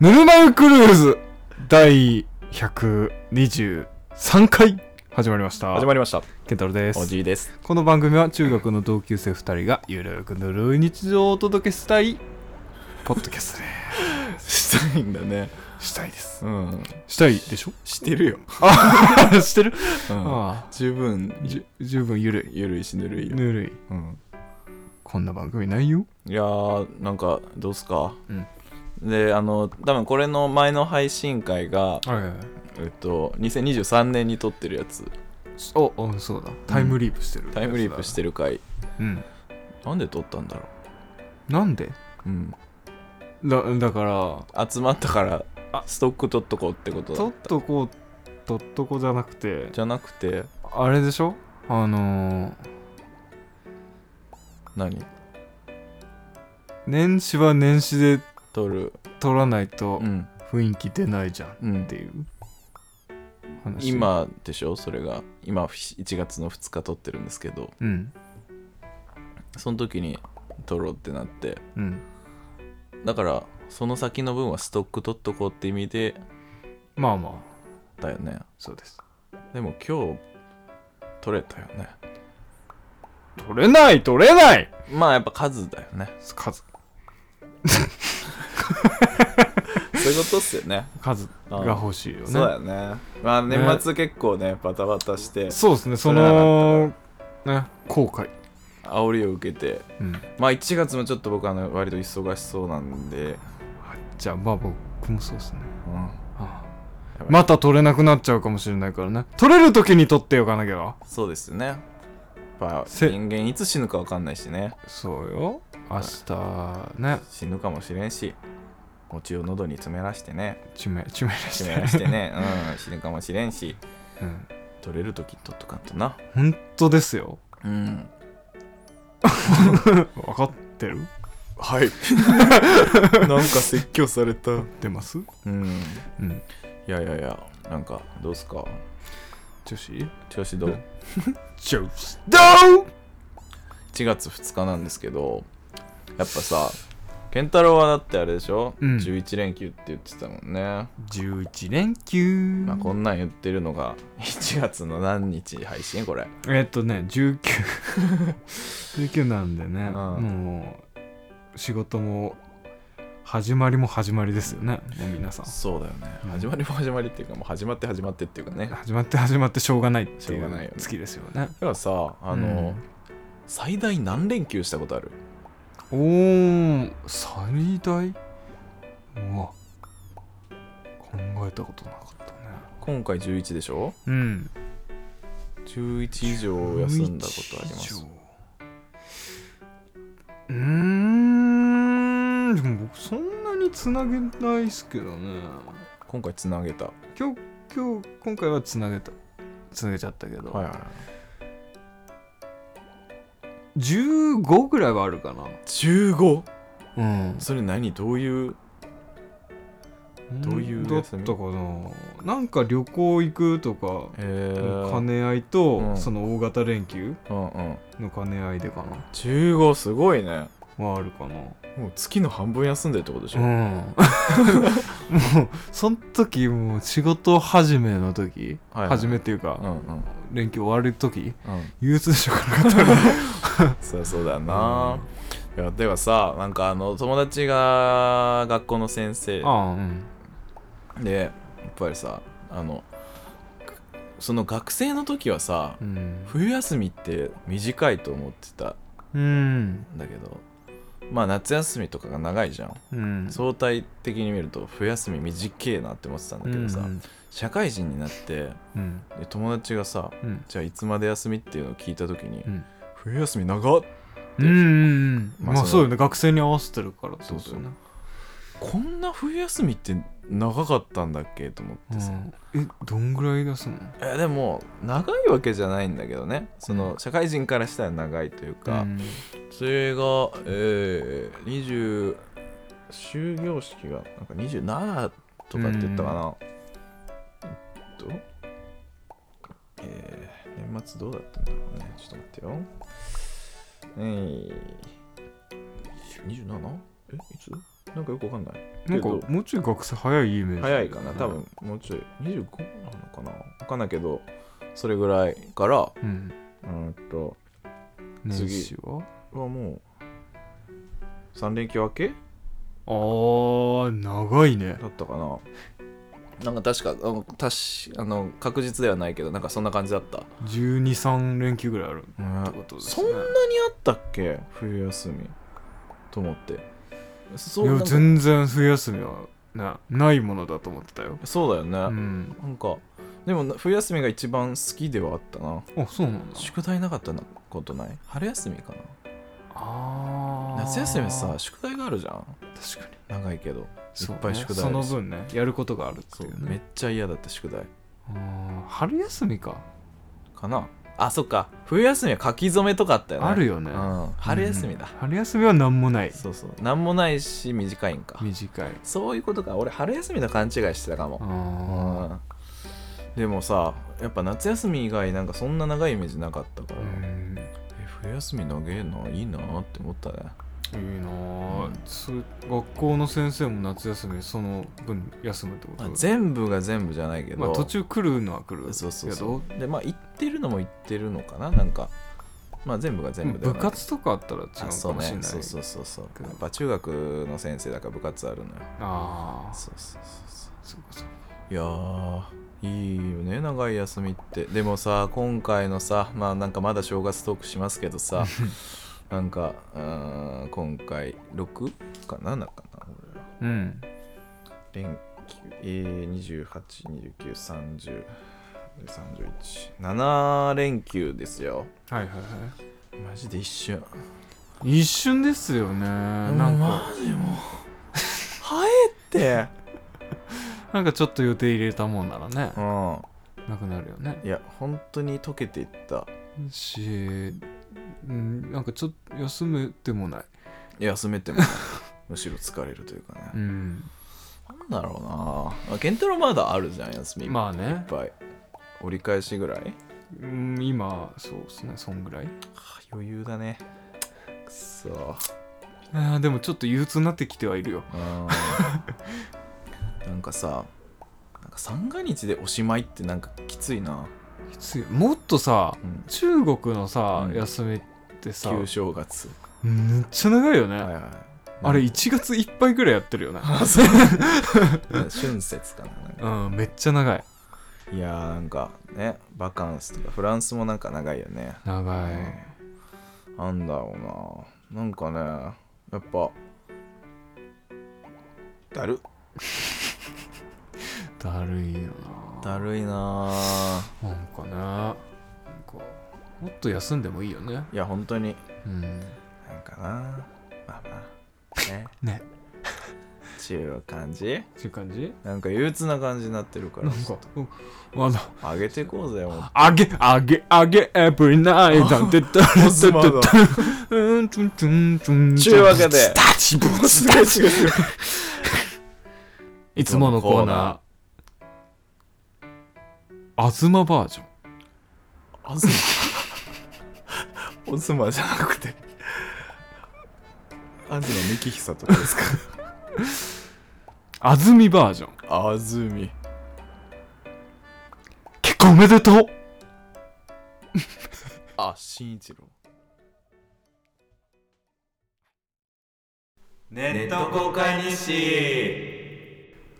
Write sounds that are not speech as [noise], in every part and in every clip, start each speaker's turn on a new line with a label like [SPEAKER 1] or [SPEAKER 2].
[SPEAKER 1] ぬるま湯クルーズ第123回始まりました。
[SPEAKER 2] 始まりました。
[SPEAKER 1] ケンタロウで
[SPEAKER 2] お
[SPEAKER 1] す。
[SPEAKER 2] じいです。
[SPEAKER 1] この番組は中学の同級生2人がゆるくぬるい日常をお届けしたい、ポッドキャストで
[SPEAKER 2] [laughs] したいんだね。
[SPEAKER 1] したいです。
[SPEAKER 2] うん。
[SPEAKER 1] したいでし [laughs] ょ
[SPEAKER 2] してるよ。
[SPEAKER 1] してる、
[SPEAKER 2] うん。
[SPEAKER 1] ああ
[SPEAKER 2] 十分、
[SPEAKER 1] じゅ十分ゆる
[SPEAKER 2] ゆるいしぬるい
[SPEAKER 1] い。
[SPEAKER 2] よ。
[SPEAKER 1] ぬるい。
[SPEAKER 2] うん。
[SPEAKER 1] こんな番組ないよ。
[SPEAKER 2] いやー、なんか、どうっすか。
[SPEAKER 1] うん
[SPEAKER 2] で、あの、多分これの前の配信会が、
[SPEAKER 1] はいはいはい。
[SPEAKER 2] えっと、2023年に撮ってるやつ、
[SPEAKER 1] お、おそうだ。タイムリープしてる、
[SPEAKER 2] タイムリープして
[SPEAKER 1] る。
[SPEAKER 2] る回、
[SPEAKER 1] うん。
[SPEAKER 2] なんで撮ったんだろ
[SPEAKER 1] なんで
[SPEAKER 2] う。うん。
[SPEAKER 1] だだから、
[SPEAKER 2] 集まったから
[SPEAKER 1] あ、
[SPEAKER 2] ストック取っとこうってことだ
[SPEAKER 1] とっとこう、とっとこじゃなくて、
[SPEAKER 2] じゃなくて、
[SPEAKER 1] あれでしょあのー、
[SPEAKER 2] 何
[SPEAKER 1] 年始は年始で
[SPEAKER 2] 撮る。
[SPEAKER 1] 撮らないと
[SPEAKER 2] うん。
[SPEAKER 1] 雰囲気出ないじゃんっ
[SPEAKER 2] うん
[SPEAKER 1] て。いう話
[SPEAKER 2] 今でしょそれが今1月の2日撮ってるんですけど
[SPEAKER 1] うん
[SPEAKER 2] その時に撮ろうってなって
[SPEAKER 1] うん
[SPEAKER 2] だからその先の分はストック取っとこうって意味で
[SPEAKER 1] まあまあ
[SPEAKER 2] だよね
[SPEAKER 1] そうです
[SPEAKER 2] でも今日撮れたよね
[SPEAKER 1] 撮れない撮れない
[SPEAKER 2] まあやっぱ数だよね
[SPEAKER 1] 数
[SPEAKER 2] そういうことっすよね
[SPEAKER 1] 数 [laughs] が欲しいよね
[SPEAKER 2] そうだよねまあ年末結構ねバタバタして
[SPEAKER 1] そうですねそ
[SPEAKER 2] それは
[SPEAKER 1] のね後悔
[SPEAKER 2] 煽りを受けて
[SPEAKER 1] うん
[SPEAKER 2] まあ1月もちょっと僕あの割と忙しそうなんで、
[SPEAKER 1] あじゃあまあ僕もそうですね
[SPEAKER 2] うん、
[SPEAKER 1] あ
[SPEAKER 2] やば
[SPEAKER 1] あ
[SPEAKER 2] い
[SPEAKER 1] また撮れなくなっちゃうかもしれないからね撮れる時に撮っておかなきゃ
[SPEAKER 2] そうですねやっぱ
[SPEAKER 1] せ
[SPEAKER 2] 人間いつ死ぬか分かんないしね
[SPEAKER 1] そうよ明日ね
[SPEAKER 2] 死ぬかもしれんし餅を喉に詰めらしてね
[SPEAKER 1] 致命致命でし
[SPEAKER 2] 詰
[SPEAKER 1] て
[SPEAKER 2] めらしてね、うん、死ぬかもしれんし
[SPEAKER 1] うん
[SPEAKER 2] 取れる時取っとかんとな
[SPEAKER 1] 本当ですよ
[SPEAKER 2] うん
[SPEAKER 1] 分かってる
[SPEAKER 2] はい [laughs] なんか説教されたう
[SPEAKER 1] 出ます
[SPEAKER 2] ん
[SPEAKER 1] うん
[SPEAKER 2] いやいやいやなんかどうすか
[SPEAKER 1] 女子
[SPEAKER 2] 調子どう
[SPEAKER 1] 女子どう
[SPEAKER 2] 1月2日なんですけどやっぱさ健太郎はだってあれでしょ、
[SPEAKER 1] うん
[SPEAKER 2] 11連休って言ってたもんね、
[SPEAKER 1] 11連休、
[SPEAKER 2] まあ、こんなん言ってるのが1月の何日配信これ
[SPEAKER 1] えっとね1919 [laughs] 19なんでね、
[SPEAKER 2] ん
[SPEAKER 1] もう仕事も始まりも始まりですよねもう皆さん
[SPEAKER 2] そうだよね、
[SPEAKER 1] うん
[SPEAKER 2] 始まりも始まりっていうかもう始まって始まってっていうかねだか
[SPEAKER 1] 始まって始まってしょうがないってい
[SPEAKER 2] しょうがないうよね
[SPEAKER 1] 月ですよね
[SPEAKER 2] らさあの、
[SPEAKER 1] うん
[SPEAKER 2] 最大何連休したことある
[SPEAKER 1] おー最大うわ考えたことなかったね
[SPEAKER 2] 今回11でしょ
[SPEAKER 1] うん
[SPEAKER 2] 11以上休んだことあります
[SPEAKER 1] うーんでも僕そんなにつなげないっすけどね
[SPEAKER 2] 今回つなげたは
[SPEAKER 1] 今日今日今回はつなげたつなげちゃったけど、
[SPEAKER 2] いはいはい
[SPEAKER 1] 15ぐらいはあるかな
[SPEAKER 2] 15?
[SPEAKER 1] うん
[SPEAKER 2] それ何どういうどういう
[SPEAKER 1] だっ
[SPEAKER 2] 休
[SPEAKER 1] た
[SPEAKER 2] み
[SPEAKER 1] かななんか旅行行くとか
[SPEAKER 2] えー、
[SPEAKER 1] 兼ね合いと、
[SPEAKER 2] うん
[SPEAKER 1] その大型連休
[SPEAKER 2] うんうん
[SPEAKER 1] の兼ね合いでかな
[SPEAKER 2] 15すごいね
[SPEAKER 1] はあるかな
[SPEAKER 2] もう月の半分休んでるってことでし
[SPEAKER 1] う
[SPEAKER 2] ょ、
[SPEAKER 1] んも
[SPEAKER 2] [laughs]
[SPEAKER 1] うその時もう仕事始めの時、
[SPEAKER 2] はいはい
[SPEAKER 1] 始めっていうか、
[SPEAKER 2] うんうん
[SPEAKER 1] 連休終わる時
[SPEAKER 2] うん
[SPEAKER 1] 憂鬱でしょうがな
[SPEAKER 2] [laughs]
[SPEAKER 1] かったら
[SPEAKER 2] そりゃそうだよな、いやではさなんかあの友達が学校の先生
[SPEAKER 1] ああうん
[SPEAKER 2] でやっぱりさあのその学生の時はさ
[SPEAKER 1] うん、
[SPEAKER 2] 冬休みって短いと思ってた
[SPEAKER 1] うん
[SPEAKER 2] んだけどまあ夏休みとかが長いじゃん
[SPEAKER 1] うん、
[SPEAKER 2] 相対的に見ると冬休み短えなって思ってたんだけどさ、
[SPEAKER 1] うん
[SPEAKER 2] 社会人になって
[SPEAKER 1] うん
[SPEAKER 2] で友達がさ
[SPEAKER 1] うん
[SPEAKER 2] じゃあいつまで休みっていうのを聞いた時に、
[SPEAKER 1] うん
[SPEAKER 2] 冬休み長っ
[SPEAKER 1] うんうん
[SPEAKER 2] ま
[SPEAKER 1] ま
[SPEAKER 2] あ
[SPEAKER 1] あ、
[SPEAKER 2] その
[SPEAKER 1] そうよね学生に合わせてるからってことだよね
[SPEAKER 2] こんな冬休みって長かったんだっけと思ってさ、
[SPEAKER 1] うんえどんぐらい出すの
[SPEAKER 2] えでも長いわけじゃないんだけどねその社会人からしたら長いというか、
[SPEAKER 1] うん
[SPEAKER 2] それがえー、20終業式がなんか27とかって言ったかな、えっとえー、年末どうだったんだろうねちょっと待ってよえー、27? えいつなんかよくわかんない
[SPEAKER 1] なんか
[SPEAKER 2] けど
[SPEAKER 1] もうちょい学生早いイメージ
[SPEAKER 2] 早いかな多分もうちょい25なのかなわかんないけどそれぐらいから
[SPEAKER 1] うん
[SPEAKER 2] うーんと
[SPEAKER 1] 年始は
[SPEAKER 2] はもう3連休明け
[SPEAKER 1] あー長いね
[SPEAKER 2] だったかななんか確かあの確あの確実ではないけどなんかそんな感じだった
[SPEAKER 1] 1 2三3連休ぐらいあるって
[SPEAKER 2] ね
[SPEAKER 1] ことです
[SPEAKER 2] そ
[SPEAKER 1] ね
[SPEAKER 2] んなにあったっけ冬休みと思ってそ
[SPEAKER 1] いう
[SPEAKER 2] な
[SPEAKER 1] や
[SPEAKER 2] んか
[SPEAKER 1] 全然冬休みはねないものだと思ってたよ
[SPEAKER 2] そうだよね、
[SPEAKER 1] うん
[SPEAKER 2] なんかでもな冬休みが一番好きではあったな
[SPEAKER 1] あそうなんだ
[SPEAKER 2] 宿題なかったなことない春休みか
[SPEAKER 1] あ
[SPEAKER 2] な
[SPEAKER 1] ー
[SPEAKER 2] 夏休みさ宿題があるじゃん
[SPEAKER 1] 確かに
[SPEAKER 2] 長いけど
[SPEAKER 1] そうね
[SPEAKER 2] いっぱい宿題
[SPEAKER 1] その分ねやることがあるって
[SPEAKER 2] そう
[SPEAKER 1] いう
[SPEAKER 2] めっ
[SPEAKER 1] ね
[SPEAKER 2] ちゃ嫌だった宿題
[SPEAKER 1] あー春休みか
[SPEAKER 2] かなあそっか冬休みは書き初めとかあったよね
[SPEAKER 1] あるよね
[SPEAKER 2] うん、春休みだ
[SPEAKER 1] うん、春休みは何もない
[SPEAKER 2] そうそうなんもないし短いんか
[SPEAKER 1] 短い
[SPEAKER 2] そういうことか俺春休みの勘違いしてたかも
[SPEAKER 1] あ
[SPEAKER 2] うんでもさやっぱ夏休み以外なんかそんな長いイメージなかったか
[SPEAKER 1] あ
[SPEAKER 2] ら、
[SPEAKER 1] うん
[SPEAKER 2] え冬休み長えないいなって思ったね
[SPEAKER 1] いいなあ、
[SPEAKER 2] うん
[SPEAKER 1] つ学校の先生も夏休みその分休むってこと
[SPEAKER 2] まあ全部が全部じゃないけど、
[SPEAKER 1] まあ途中来るのは来る
[SPEAKER 2] そうそう
[SPEAKER 1] け
[SPEAKER 2] そ
[SPEAKER 1] ど
[SPEAKER 2] うでまあ行ってるのも行ってるのかななんかまあ全部が全部では
[SPEAKER 1] 部
[SPEAKER 2] ない
[SPEAKER 1] 活とかあったら違うか
[SPEAKER 2] あ
[SPEAKER 1] もし
[SPEAKER 2] そ
[SPEAKER 1] れ
[SPEAKER 2] う
[SPEAKER 1] ない
[SPEAKER 2] ねそうそうそうそう
[SPEAKER 1] けど
[SPEAKER 2] やっぱ中学の先生だから部活あるのよ
[SPEAKER 1] ああ
[SPEAKER 2] そうそうそうそ
[SPEAKER 1] そ
[SPEAKER 2] う
[SPEAKER 1] うかそうか
[SPEAKER 2] いやーいいよね長い休みってでもさ今回のさまあなんかまだ正月トークしますけど [laughs] さなんかうーん今回6か7かな俺ら
[SPEAKER 1] うん
[SPEAKER 2] 連休、えー、2829303137連休ですよ
[SPEAKER 1] はいはいは
[SPEAKER 2] マジで一瞬
[SPEAKER 1] い一瞬ですよねなんか
[SPEAKER 2] マジもう早えって
[SPEAKER 1] なんかちょっと予定入れたもんならね
[SPEAKER 2] うん
[SPEAKER 1] なくなるよね
[SPEAKER 2] いや本当に溶けていった
[SPEAKER 1] しうんなんかちょっと休めてもない
[SPEAKER 2] 休めてもないむしろ疲れるというか
[SPEAKER 1] う
[SPEAKER 2] ね、
[SPEAKER 1] ん
[SPEAKER 2] なんだろうなまあ健太郎まだあるじゃん休み、
[SPEAKER 1] まあ
[SPEAKER 2] い
[SPEAKER 1] ね
[SPEAKER 2] っぱい折り返しぐらい
[SPEAKER 1] うん今そうですねそんぐらい
[SPEAKER 2] はあ余裕だねくそ
[SPEAKER 1] あーでもちょっと憂鬱になってきてはいるよ
[SPEAKER 2] う
[SPEAKER 1] [laughs]
[SPEAKER 2] んなんかさなんか三が日でおしまいってなんかきついな、
[SPEAKER 1] きついもっとさ
[SPEAKER 2] うん、
[SPEAKER 1] 中国のさ、
[SPEAKER 2] うん
[SPEAKER 1] 休みってさ
[SPEAKER 2] 旧正月
[SPEAKER 1] めっちゃ長いよね、
[SPEAKER 2] はいはい
[SPEAKER 1] あれ1月いっぱいぐらいやってるよね、
[SPEAKER 2] あそう [laughs] 春節かななんか
[SPEAKER 1] うん、めっちゃ長い
[SPEAKER 2] いやーなんかねバカンスとかフランスもなんか長いよね
[SPEAKER 1] 長い、
[SPEAKER 2] なんだろうななんかねやっぱだる
[SPEAKER 1] だるいよな
[SPEAKER 2] だるいなー
[SPEAKER 1] なんかねなんかもっと休んでもいいよね
[SPEAKER 2] いや本当に
[SPEAKER 1] うん
[SPEAKER 2] なんかなまあまあね
[SPEAKER 1] ね
[SPEAKER 2] 中和感じ
[SPEAKER 1] っていう感じ
[SPEAKER 2] なんか憂鬱な感じになってるか
[SPEAKER 1] な
[SPEAKER 2] ら
[SPEAKER 1] んかうんあの
[SPEAKER 2] 上げてこうぜもう
[SPEAKER 1] あげあげあげエブリナイトって [laughs] たら
[SPEAKER 2] ズマだ
[SPEAKER 1] うんトゥントゥントゥン
[SPEAKER 2] ちゅうわけで
[SPEAKER 1] スタッチブースタッチいつものコーナーあずまバージョン
[SPEAKER 2] あずまおずまじゃな
[SPEAKER 1] [laughs]
[SPEAKER 2] くてあずまみきひさとかですか
[SPEAKER 1] あずみバージョン
[SPEAKER 2] あずみ
[SPEAKER 1] 結婚おめでとう
[SPEAKER 2] あしんいちろネット公開日誌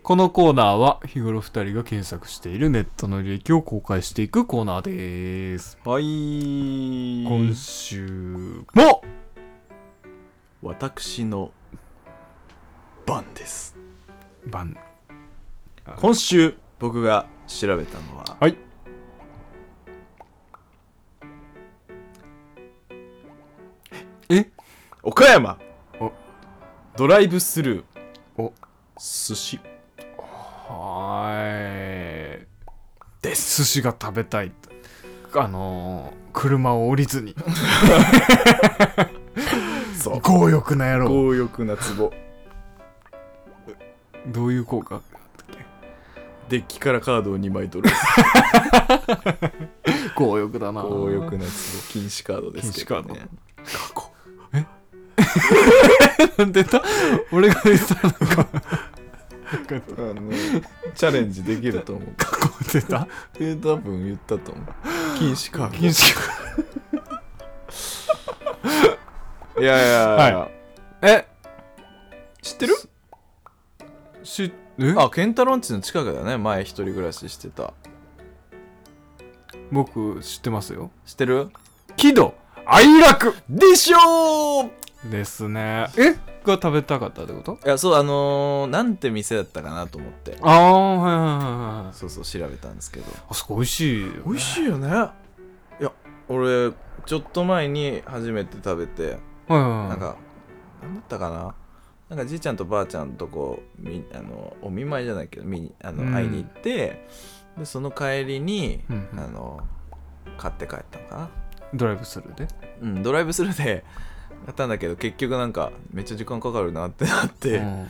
[SPEAKER 1] このコーナーは日頃二人が検索しているネットの履歴を公開していくコーナーです
[SPEAKER 2] はい
[SPEAKER 1] 今週も
[SPEAKER 2] 私の番です
[SPEAKER 1] 番
[SPEAKER 2] 今週僕が調べたのは
[SPEAKER 1] はいえ
[SPEAKER 2] 岡山
[SPEAKER 1] お
[SPEAKER 2] ドライブスルー
[SPEAKER 1] お
[SPEAKER 2] 寿司
[SPEAKER 1] はーい
[SPEAKER 2] です
[SPEAKER 1] 寿司が食べたいあのー、車を降りずに
[SPEAKER 2] そう
[SPEAKER 1] 強欲な野郎
[SPEAKER 2] 強欲なツボ
[SPEAKER 1] どういう効果
[SPEAKER 2] デッキからカードを2枚取る
[SPEAKER 1] 強欲だな
[SPEAKER 2] 強欲なツボ禁止カードですけど、ね、
[SPEAKER 1] 禁止
[SPEAKER 2] 過去
[SPEAKER 1] なんでだ俺が言ったなんか
[SPEAKER 2] あのチャレンジできると思う。
[SPEAKER 1] 過去出た
[SPEAKER 2] え多分言ったと思う。禁止か。
[SPEAKER 1] 禁止
[SPEAKER 2] [laughs] いやいやいや、
[SPEAKER 1] え
[SPEAKER 2] 知ってる
[SPEAKER 1] しえ
[SPEAKER 2] あ、ケンタロンチの近くだね。前一人暮らししてた。
[SPEAKER 1] 僕知ってますよ
[SPEAKER 2] 知ってる
[SPEAKER 1] 喜怒哀楽
[SPEAKER 2] でしょー
[SPEAKER 1] ですねえが食べたかったってこと
[SPEAKER 2] いや、そう、あのー、なんて店だったかなと思って。
[SPEAKER 1] ああはいはいはいはい
[SPEAKER 2] そうそう、調べたんですけど。
[SPEAKER 1] あそこ美味しいよ
[SPEAKER 2] 美味しいよね。いや、俺、ちょっと前に初めて食べて、
[SPEAKER 1] はいはいはい
[SPEAKER 2] なんか、なんだったかななんかじいちゃんとばあちゃんとこうみあのお見舞いじゃないけど見にあの、
[SPEAKER 1] うん
[SPEAKER 2] 会いに行ってでその帰りに、
[SPEAKER 1] うんうん
[SPEAKER 2] あの買って帰ったのかな、
[SPEAKER 1] ドライブスルーで
[SPEAKER 2] うん、ドライブスルーで買ったんだけど結局なんかめっちゃ時間かかるなってなって、
[SPEAKER 1] うん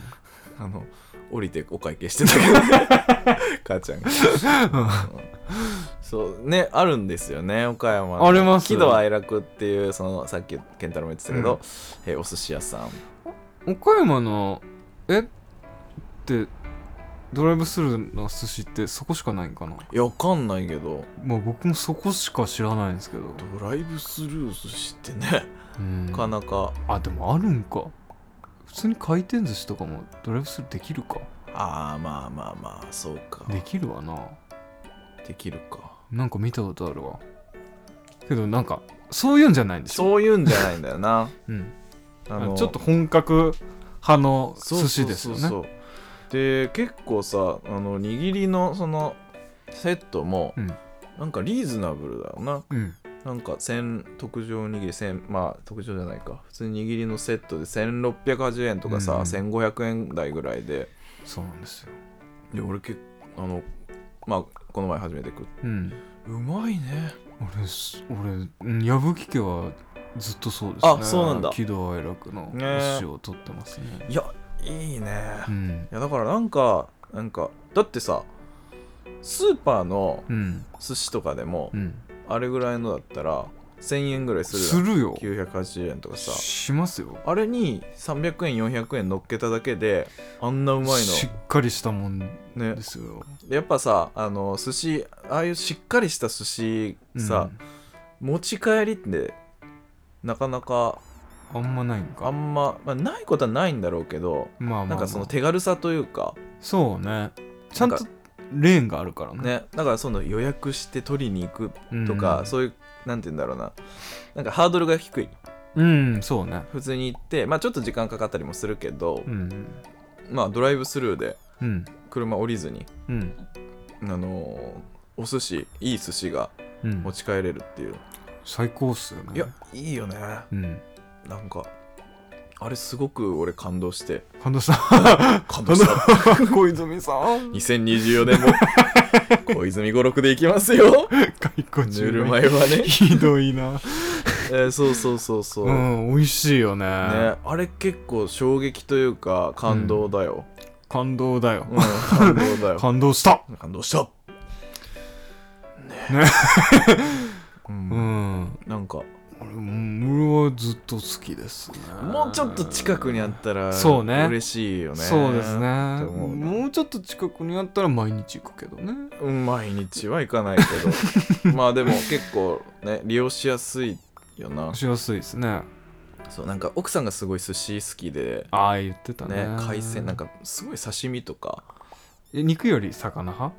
[SPEAKER 2] あの降りてお会計してたけど
[SPEAKER 1] [laughs]
[SPEAKER 2] ね母ちゃんがそうねあるんですよね岡山の
[SPEAKER 1] あります
[SPEAKER 2] 喜怒哀楽っていうそのさっき健太郎も言ってたけど、えーお寿司屋さん
[SPEAKER 1] 岡山のえってドライブスルーの寿司ってそこしかないんかない
[SPEAKER 2] やわかんないけど
[SPEAKER 1] まあ僕もそこしか知らないんですけど
[SPEAKER 2] ドライブスルー寿司ってね、
[SPEAKER 1] うん
[SPEAKER 2] なかなか
[SPEAKER 1] あでもあるんか普通に回転寿司とかもドライブスルーできるか
[SPEAKER 2] ああまあまあまあそうか
[SPEAKER 1] で
[SPEAKER 2] で
[SPEAKER 1] きるわな
[SPEAKER 2] きるか
[SPEAKER 1] なんか見たことあるわけどなんかそういうんじゃないんでしょ
[SPEAKER 2] そういうんじゃないんだよな
[SPEAKER 1] [laughs] うん、
[SPEAKER 2] あの
[SPEAKER 1] ちょっと本格派の
[SPEAKER 2] そう
[SPEAKER 1] 寿
[SPEAKER 2] そ
[SPEAKER 1] 司
[SPEAKER 2] うそう
[SPEAKER 1] ですよね
[SPEAKER 2] そうで結構さあの握りのそのセットも、
[SPEAKER 1] うん
[SPEAKER 2] なんかリーズナブルだよな
[SPEAKER 1] うん
[SPEAKER 2] なんか1000特上握り1000まあ特上じゃないか普通に握りのセットで1680円とかさ、
[SPEAKER 1] うんうん
[SPEAKER 2] 1500円台ぐらいで
[SPEAKER 1] そうなんですよ
[SPEAKER 2] で俺結構あのまあこの前初めて食っ
[SPEAKER 1] うん
[SPEAKER 2] うまいね
[SPEAKER 1] 俺す俺うん矢吹家はずっとそうですね
[SPEAKER 2] あそうなんだ
[SPEAKER 1] 喜怒哀楽の
[SPEAKER 2] ねえ
[SPEAKER 1] お塩を取ってますね
[SPEAKER 2] いやいいね
[SPEAKER 1] うん
[SPEAKER 2] いやだからなんかなんかだってさスーパーの
[SPEAKER 1] うん
[SPEAKER 2] 寿司とかでも
[SPEAKER 1] うん
[SPEAKER 2] あれぐらいのだったら1000円ぐらいす
[SPEAKER 1] す
[SPEAKER 2] る
[SPEAKER 1] るよ
[SPEAKER 2] じゃん980円とかさ
[SPEAKER 1] しますよ
[SPEAKER 2] あれに300円400円乗っけただけであんなうまい
[SPEAKER 1] しっかりしたもんで
[SPEAKER 2] のね
[SPEAKER 1] すよ
[SPEAKER 2] やっぱさあの寿司ああいうしっかりした寿司さ、持ち帰りってなかなか
[SPEAKER 1] うんあんまないんか
[SPEAKER 2] あんま、まあ、ないことはないんだろうけど
[SPEAKER 1] まあまあ、ま
[SPEAKER 2] な
[SPEAKER 1] あ、
[SPEAKER 2] んかその手軽さというか
[SPEAKER 1] そうねちゃんと
[SPEAKER 2] なん
[SPEAKER 1] レーンがあるからね
[SPEAKER 2] ねだからその予約して取りに行く
[SPEAKER 1] うん
[SPEAKER 2] とか、そういうなんて言うんだろうななんかハードルが低い
[SPEAKER 1] うんそうね
[SPEAKER 2] 普通に行ってまあちょっと時間かかったりもするけど
[SPEAKER 1] う、ん
[SPEAKER 2] まあドライブスルーで
[SPEAKER 1] うん
[SPEAKER 2] 車降りずに
[SPEAKER 1] うん
[SPEAKER 2] あのーお寿司いい寿司が
[SPEAKER 1] うん
[SPEAKER 2] 持ち帰れるっていう、
[SPEAKER 1] 最高っすよね
[SPEAKER 2] いやいいよね
[SPEAKER 1] うん
[SPEAKER 2] なんかあれすごく俺感動して
[SPEAKER 1] 神田さん
[SPEAKER 2] [laughs] 感動した [laughs]
[SPEAKER 1] 小泉さん
[SPEAKER 2] 2024年 [laughs] も小泉五六で行きますよ
[SPEAKER 1] [laughs] 外国
[SPEAKER 2] ぬるま湯は [laughs] ね、
[SPEAKER 1] [laughs] ひどいな
[SPEAKER 2] えーそうそうそうそう、
[SPEAKER 1] う
[SPEAKER 2] ね
[SPEAKER 1] ん美味しいよね
[SPEAKER 2] あれ結構衝撃というか感動だよ、
[SPEAKER 1] 感動だよ
[SPEAKER 2] うん、感動だよ
[SPEAKER 1] 感動した
[SPEAKER 2] 感動した
[SPEAKER 1] ね
[SPEAKER 2] ねう、
[SPEAKER 1] うんん
[SPEAKER 2] なんか
[SPEAKER 1] 俺うん俺はずっと好きですね
[SPEAKER 2] もうちょっと近くにあったら
[SPEAKER 1] そうね
[SPEAKER 2] 嬉しいよね
[SPEAKER 1] そうですね
[SPEAKER 2] って思うね
[SPEAKER 1] もうちょっと近くにあったら毎日行くけどね
[SPEAKER 2] うん毎日は行かないけ [laughs] どまあでも結構ね利用しやすいよな
[SPEAKER 1] しやすいですね
[SPEAKER 2] そうなんか奥さんがすごい寿司好きで
[SPEAKER 1] ああ言ってたね
[SPEAKER 2] ね海鮮なんかすごい刺身とか
[SPEAKER 1] え肉より魚派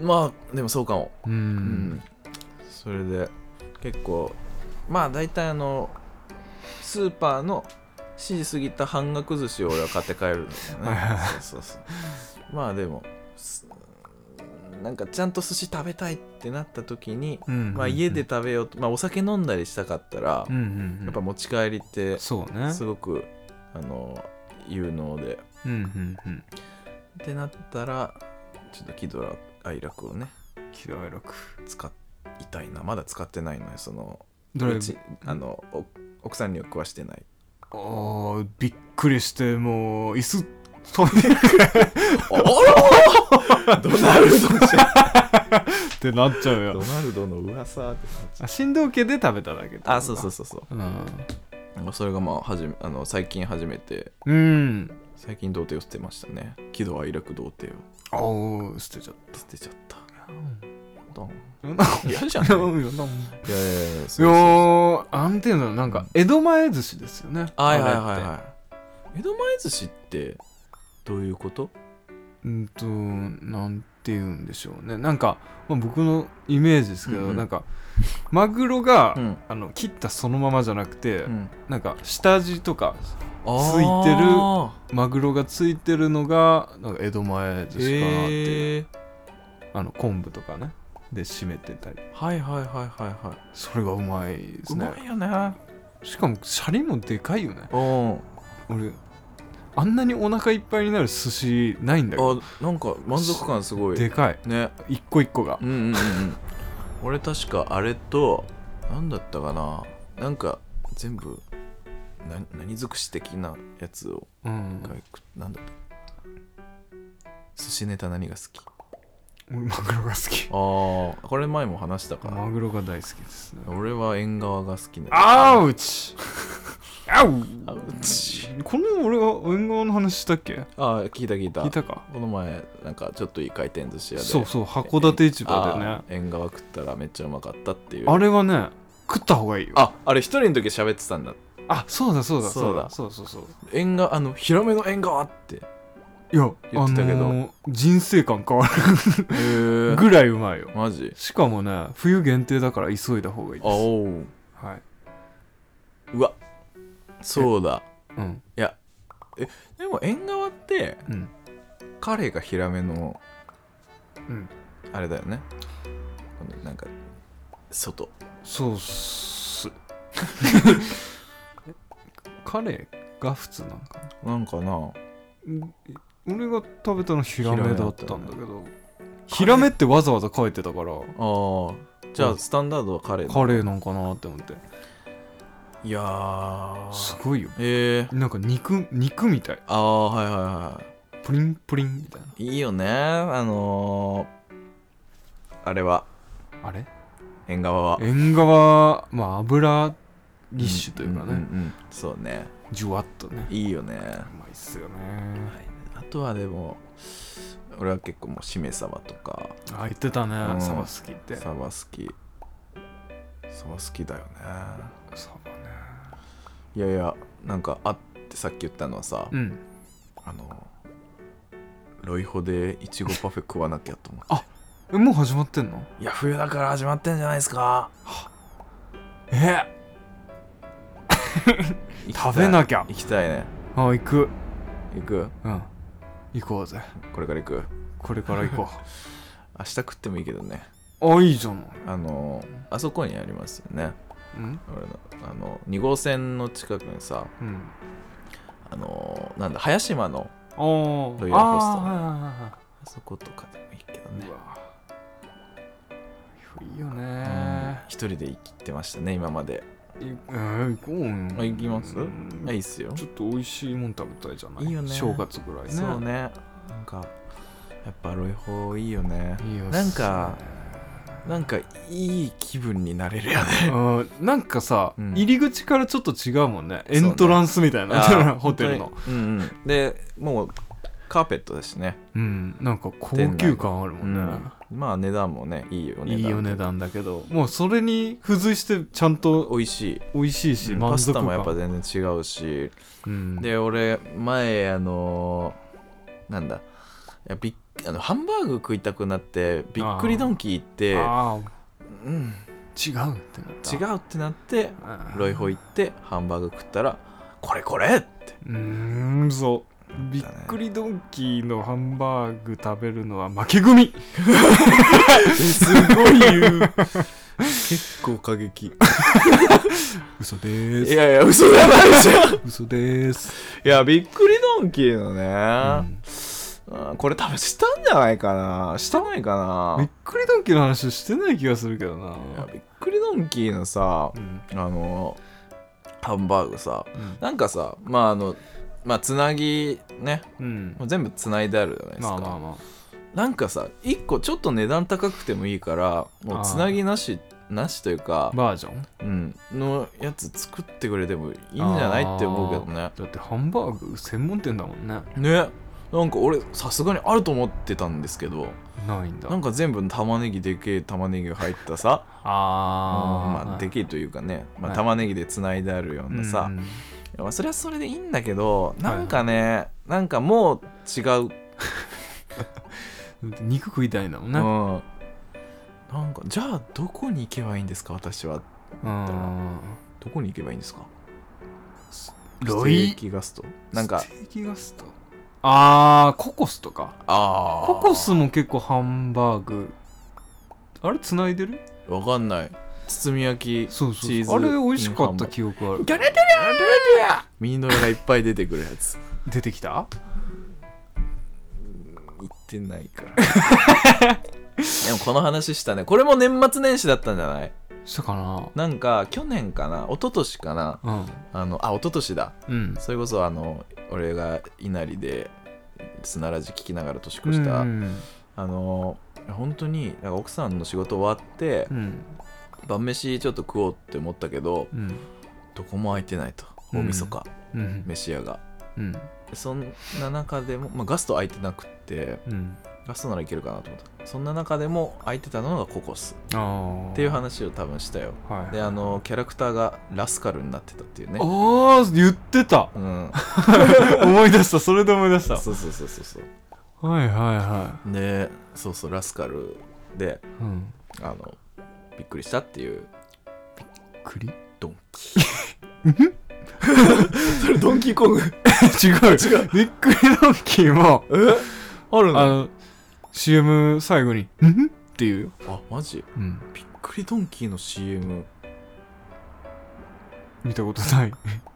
[SPEAKER 2] まあでもそうかも
[SPEAKER 1] う
[SPEAKER 2] うんんそれで結構まあ大体あのスーパーの7時過ぎた半額寿司を俺は買って帰るんだ
[SPEAKER 1] [laughs] はい
[SPEAKER 2] よ
[SPEAKER 1] は
[SPEAKER 2] ね
[SPEAKER 1] い
[SPEAKER 2] そうそうそうまあでもすなんかちゃんと寿司食べたいってなった時に、
[SPEAKER 1] うん
[SPEAKER 2] まあ、家で食べようと、まあ、お酒飲んだりしたかったら、
[SPEAKER 1] うんうんうん
[SPEAKER 2] やっぱ持ち帰りって
[SPEAKER 1] そうね
[SPEAKER 2] すごくあの有能で
[SPEAKER 1] うんうんうん
[SPEAKER 2] ってなったらちょっと喜怒哀楽をね
[SPEAKER 1] 喜怒哀楽
[SPEAKER 2] 使いたいなまだ使ってないのよその
[SPEAKER 1] ドライ
[SPEAKER 2] う
[SPEAKER 1] ブ
[SPEAKER 2] ちあのお奥さんには食わし
[SPEAKER 1] [laughs]
[SPEAKER 2] てない
[SPEAKER 1] あーびっくりしてもう椅子飛んで [laughs]
[SPEAKER 2] ドナルドじゃん
[SPEAKER 1] ってなっちゃう
[SPEAKER 2] ド
[SPEAKER 1] よ
[SPEAKER 2] ナルドの噂って
[SPEAKER 1] あ振動系で食べただけ
[SPEAKER 2] あそうそううそうそう
[SPEAKER 1] うん
[SPEAKER 2] まあそれがまあはじめあの最近初めて
[SPEAKER 1] うん
[SPEAKER 2] 最近童貞を捨てましたね喜怒哀楽童貞を
[SPEAKER 1] おお捨てちゃっ
[SPEAKER 2] 捨てちゃった
[SPEAKER 1] た
[SPEAKER 2] ドン
[SPEAKER 1] うん
[SPEAKER 2] 嫌じゃんい
[SPEAKER 1] [laughs] いや
[SPEAKER 2] や
[SPEAKER 1] いやなん
[SPEAKER 2] いやいや
[SPEAKER 1] い
[SPEAKER 2] そう
[SPEAKER 1] や
[SPEAKER 2] そう
[SPEAKER 1] ーなんていうのなんか江戸前寿司ですよね
[SPEAKER 2] はいはい
[SPEAKER 1] あ
[SPEAKER 2] は
[SPEAKER 1] れ
[SPEAKER 2] い
[SPEAKER 1] って
[SPEAKER 2] はい江戸前寿司ってどういうこと
[SPEAKER 1] うんとなんていうんでしょうねなんか、まあ、僕のイメージですけど、
[SPEAKER 2] うんうん
[SPEAKER 1] なんかマグロが、
[SPEAKER 2] ん
[SPEAKER 1] あの切ったそのままじゃなくて、
[SPEAKER 2] うん
[SPEAKER 1] なんか下地とか
[SPEAKER 2] つ
[SPEAKER 1] ついてるマグロがついてるのがなんか江戸前寿司かなっていう、
[SPEAKER 2] へえ
[SPEAKER 1] あの昆布とかねで締めてたり
[SPEAKER 2] はいはいはいはいはい
[SPEAKER 1] それがうまいです
[SPEAKER 2] う
[SPEAKER 1] ね
[SPEAKER 2] まいよね
[SPEAKER 1] しかもシャリもでかいよね
[SPEAKER 2] うん
[SPEAKER 1] 俺あんなにお腹いっぱいになる寿司ないんだけど
[SPEAKER 2] あなんか満足感すごい
[SPEAKER 1] でかい
[SPEAKER 2] ね
[SPEAKER 1] 一個一個が
[SPEAKER 2] うんうんうんうん俺確かあれと何だったかななんか全部な何尽くし的なやつを
[SPEAKER 1] うん
[SPEAKER 2] 一回食っなんだった寿司ネタ何が好き
[SPEAKER 1] 俺マグロが好き
[SPEAKER 2] ああこれ前も話したか
[SPEAKER 1] マグロが大好きですね
[SPEAKER 2] 俺は縁側が好きな
[SPEAKER 1] アウ [laughs] チアウ
[SPEAKER 2] あうち
[SPEAKER 1] この俺は縁側の話したっけ
[SPEAKER 2] あー聞いた聞いた
[SPEAKER 1] 聞いたか
[SPEAKER 2] この前なんかちょっといい回転寿司屋で
[SPEAKER 1] そうそう函館市場でね
[SPEAKER 2] あー縁側食ったらめっちゃうまかったっていう
[SPEAKER 1] あれはね食った方がいいよ
[SPEAKER 2] ああれ一人の時喋ってたんだ
[SPEAKER 1] あそうだそうだ
[SPEAKER 2] そ
[SPEAKER 1] そうう
[SPEAKER 2] だ
[SPEAKER 1] だそうそうそう
[SPEAKER 2] 縁側あの広めの縁側ってへ
[SPEAKER 1] いや
[SPEAKER 2] 言ってたけど
[SPEAKER 1] あのー人生観変わ [laughs] る
[SPEAKER 2] え
[SPEAKER 1] ぐらいうまいよ
[SPEAKER 2] マジ
[SPEAKER 1] しかもね冬限定だから急いだ方がいい
[SPEAKER 2] あ
[SPEAKER 1] です
[SPEAKER 2] おう
[SPEAKER 1] はい、
[SPEAKER 2] うわそうだ
[SPEAKER 1] うん
[SPEAKER 2] でも縁側って
[SPEAKER 1] うん
[SPEAKER 2] 彼がヒラメの
[SPEAKER 1] うん、
[SPEAKER 2] あれだよねこのなんか外
[SPEAKER 1] そうっ [laughs] すえ彼が普通なんかな
[SPEAKER 2] なんかなん
[SPEAKER 1] 俺が食べたのヒラメだったんだけど
[SPEAKER 2] ヒ
[SPEAKER 1] ヒ
[SPEAKER 2] ラ
[SPEAKER 1] ラ
[SPEAKER 2] メ
[SPEAKER 1] メってわざわざ書いてたから
[SPEAKER 2] あーじゃあスタンダードは彼だ
[SPEAKER 1] カレーなんかなって思って
[SPEAKER 2] いやー
[SPEAKER 1] すごいよ
[SPEAKER 2] へえ
[SPEAKER 1] なんか肉肉みたい
[SPEAKER 2] ああはいはいは
[SPEAKER 1] プリンプリンみたい
[SPEAKER 2] いいいよねあのー、あれは
[SPEAKER 1] なあれ
[SPEAKER 2] 縁側は
[SPEAKER 1] 縁側まあ油ぎッシュというかね、
[SPEAKER 2] んんんそうね
[SPEAKER 1] じゅわっとね
[SPEAKER 2] いいよね
[SPEAKER 1] うまいっすよね
[SPEAKER 2] あとはでも俺は結構もうしめ鯖とか
[SPEAKER 1] あ言ってたね、
[SPEAKER 2] うん
[SPEAKER 1] サバ好きってサ
[SPEAKER 2] 鯖好き鯖好きだよね
[SPEAKER 1] バね
[SPEAKER 2] いやいやなんかあってさっき言ったのはさ、
[SPEAKER 1] うん
[SPEAKER 2] あのロイホでいちごパフェ食わなきゃと思って
[SPEAKER 1] えもう始まってんの
[SPEAKER 2] いや冬だから始まってんじゃないですか
[SPEAKER 1] え食べなきゃ
[SPEAKER 2] 行きたいね
[SPEAKER 1] あ行く
[SPEAKER 2] 行く
[SPEAKER 1] うん行こうぜ
[SPEAKER 2] これから行く
[SPEAKER 1] これから行こ
[SPEAKER 2] 明日食ってもいいけどね
[SPEAKER 1] う [laughs] あいいじゃない
[SPEAKER 2] あのあそこにありますよね
[SPEAKER 1] うん
[SPEAKER 2] 俺のあの2号線の近くにさ
[SPEAKER 1] うん
[SPEAKER 2] あのなんだ早島の
[SPEAKER 1] お
[SPEAKER 2] ロイ
[SPEAKER 1] ー
[SPEAKER 2] ヤルホスト
[SPEAKER 1] あーはいはいはいは
[SPEAKER 2] あそことかでもいいけどね
[SPEAKER 1] い、うわいいよ
[SPEAKER 2] うん
[SPEAKER 1] ね
[SPEAKER 2] 一人で行ってましたね今まで
[SPEAKER 1] いえー行こうよ
[SPEAKER 2] あ行きます
[SPEAKER 1] うん
[SPEAKER 2] あいいっすよ
[SPEAKER 1] ちょっと美味しいもん食べたいじゃない
[SPEAKER 2] いいよね
[SPEAKER 1] 正月ぐらいね
[SPEAKER 2] そうねなんかやっぱロイホいいよね
[SPEAKER 1] いいよ
[SPEAKER 2] なんかなんかいい気分になれるよ
[SPEAKER 1] [laughs]
[SPEAKER 2] ね
[SPEAKER 1] うんなんかさ、
[SPEAKER 2] うん
[SPEAKER 1] 入り口からちょっと違うもんね
[SPEAKER 2] そう
[SPEAKER 1] エ
[SPEAKER 2] ね
[SPEAKER 1] ントランスみたいな、
[SPEAKER 2] [laughs] あー
[SPEAKER 1] [laughs] ホテルの
[SPEAKER 2] 本当にうんうんでもうカーペットだしね
[SPEAKER 1] うんなんか高級感あるもんね、
[SPEAKER 2] うんまあ値段もねいいお値段
[SPEAKER 1] いいお値段だけどもうそれに付随してちゃんと
[SPEAKER 2] 美味しい
[SPEAKER 1] 美味しいし、
[SPEAKER 2] うん
[SPEAKER 1] 満
[SPEAKER 2] パ
[SPEAKER 1] 足
[SPEAKER 2] ス
[SPEAKER 1] 感
[SPEAKER 2] タもやっぱ全然違うし
[SPEAKER 1] うん、
[SPEAKER 2] で俺前あのーなんだいやびっあのハンバーグ食いたくなってびっくりドンキー行って
[SPEAKER 1] ああ
[SPEAKER 2] うん
[SPEAKER 1] 違うってなった
[SPEAKER 2] 違うってなって
[SPEAKER 1] うん
[SPEAKER 2] ロイホ行ってハンバーグ食ったらこれこれって
[SPEAKER 1] うーんそうびっくりドンキーのハンバーグ食べるのは負け
[SPEAKER 2] [laughs]
[SPEAKER 1] 組
[SPEAKER 2] すごい言う結構過激
[SPEAKER 1] 嘘でー
[SPEAKER 2] いやいや嘘じゃない [laughs] じゃんい
[SPEAKER 1] 嘘でーす、
[SPEAKER 2] やびっくりドンキーの
[SPEAKER 1] う
[SPEAKER 2] ね、
[SPEAKER 1] ん
[SPEAKER 2] うんこれ多分したんじゃないかなしてないか
[SPEAKER 1] びっ
[SPEAKER 2] な
[SPEAKER 1] くりドンキーの話してない気がするけどない
[SPEAKER 2] やびっくりドンキーのさ
[SPEAKER 1] うん
[SPEAKER 2] あのハンバーグさ
[SPEAKER 1] うん
[SPEAKER 2] なんかさまああのまあつなぎね
[SPEAKER 1] うん
[SPEAKER 2] もう全部つないであるじゃないです
[SPEAKER 1] ま
[SPEAKER 2] か、
[SPEAKER 1] あまあま
[SPEAKER 2] なんかさ1個ちょっと値段高くてもいいからもうつなぎなしなしというか、
[SPEAKER 1] バージョン
[SPEAKER 2] うん、のやつ作ってくれてもいいんじゃないって思うけどね
[SPEAKER 1] だってハンバーグ専門店だもんね
[SPEAKER 2] ねなんか俺さすがにあると思ってたんですけど
[SPEAKER 1] ないんだ
[SPEAKER 2] なんか全部玉ねぎでけえ玉ねぎが入ったさ
[SPEAKER 1] あー
[SPEAKER 2] まあ、でけえというかね、ま
[SPEAKER 1] は
[SPEAKER 2] あ、
[SPEAKER 1] い
[SPEAKER 2] 玉ねぎでつないであるようなさ、
[SPEAKER 1] うん
[SPEAKER 2] まあそれはそれでいいんだけどなんかね、なんかもう違う、
[SPEAKER 1] だって肉食いたいんだもん
[SPEAKER 2] う
[SPEAKER 1] ね
[SPEAKER 2] ん、なんかじゃあどこに行けばいいんですか私は
[SPEAKER 1] うん
[SPEAKER 2] どこに行けばいいんですか
[SPEAKER 1] ロ
[SPEAKER 2] ステ
[SPEAKER 1] イ
[SPEAKER 2] ーキガストなんか
[SPEAKER 1] ステーキガストああココスとか
[SPEAKER 2] ああ
[SPEAKER 1] ココスも結構ハンバーグあれつないでる
[SPEAKER 2] わかんない包み焼き
[SPEAKER 1] そうそ
[SPEAKER 2] チ
[SPEAKER 1] う
[SPEAKER 2] ーズ
[SPEAKER 1] そうあれ美味しか
[SPEAKER 2] インハン
[SPEAKER 1] っ
[SPEAKER 2] バ
[SPEAKER 1] た
[SPEAKER 2] ーグ
[SPEAKER 1] 記憶ある
[SPEAKER 2] ギャレテレアミノラがいっぱい出てくるやつ
[SPEAKER 1] 出てきた
[SPEAKER 2] 言ってないか
[SPEAKER 1] [laughs]
[SPEAKER 2] らでもこの話したねこれも年末年始だったんじゃない
[SPEAKER 1] したかな
[SPEAKER 2] なんか去年かな一昨年かなあのあ一昨年だ
[SPEAKER 1] うん
[SPEAKER 2] それこそあの俺が稲荷で砂ラジ聞きながら年
[SPEAKER 1] う
[SPEAKER 2] 越
[SPEAKER 1] ん
[SPEAKER 2] した、
[SPEAKER 1] うん
[SPEAKER 2] あの本当になんか奥さんの仕事終わって
[SPEAKER 1] うん
[SPEAKER 2] 晩飯ちょっと食おうって思ったけど
[SPEAKER 1] うん
[SPEAKER 2] どこも空いてないと
[SPEAKER 1] うん
[SPEAKER 2] 大晦日、
[SPEAKER 1] うん
[SPEAKER 2] 飯屋が
[SPEAKER 1] うん
[SPEAKER 2] そんな中でも、まあ、ガスト空いてなくって
[SPEAKER 1] うん
[SPEAKER 2] ガストならいけるかなと思ったそんな中でも空いてたのがココス
[SPEAKER 1] ああ
[SPEAKER 2] っていう話を多分したよ
[SPEAKER 1] はい
[SPEAKER 2] であのキャラクターがラスカルになってたっていうね
[SPEAKER 1] ああ言ってた
[SPEAKER 2] うん
[SPEAKER 1] 思い出したそれで思い出し
[SPEAKER 2] そ
[SPEAKER 1] た
[SPEAKER 2] うそうそうそうそう
[SPEAKER 1] はいはいは
[SPEAKER 2] でそうそうラスカルで
[SPEAKER 1] いうん
[SPEAKER 2] あのびっくりしたっていう
[SPEAKER 1] 栗 [laughs] 違
[SPEAKER 2] ドンキ [laughs] それドンキーコング
[SPEAKER 1] う違うびっくりドンキーも
[SPEAKER 2] えある
[SPEAKER 1] あ
[SPEAKER 2] の
[SPEAKER 1] の CM 最後に「ん?」っていうよ
[SPEAKER 2] あマジ
[SPEAKER 1] うん
[SPEAKER 2] びっくりドンキーの CM
[SPEAKER 1] 見たこと [laughs] ない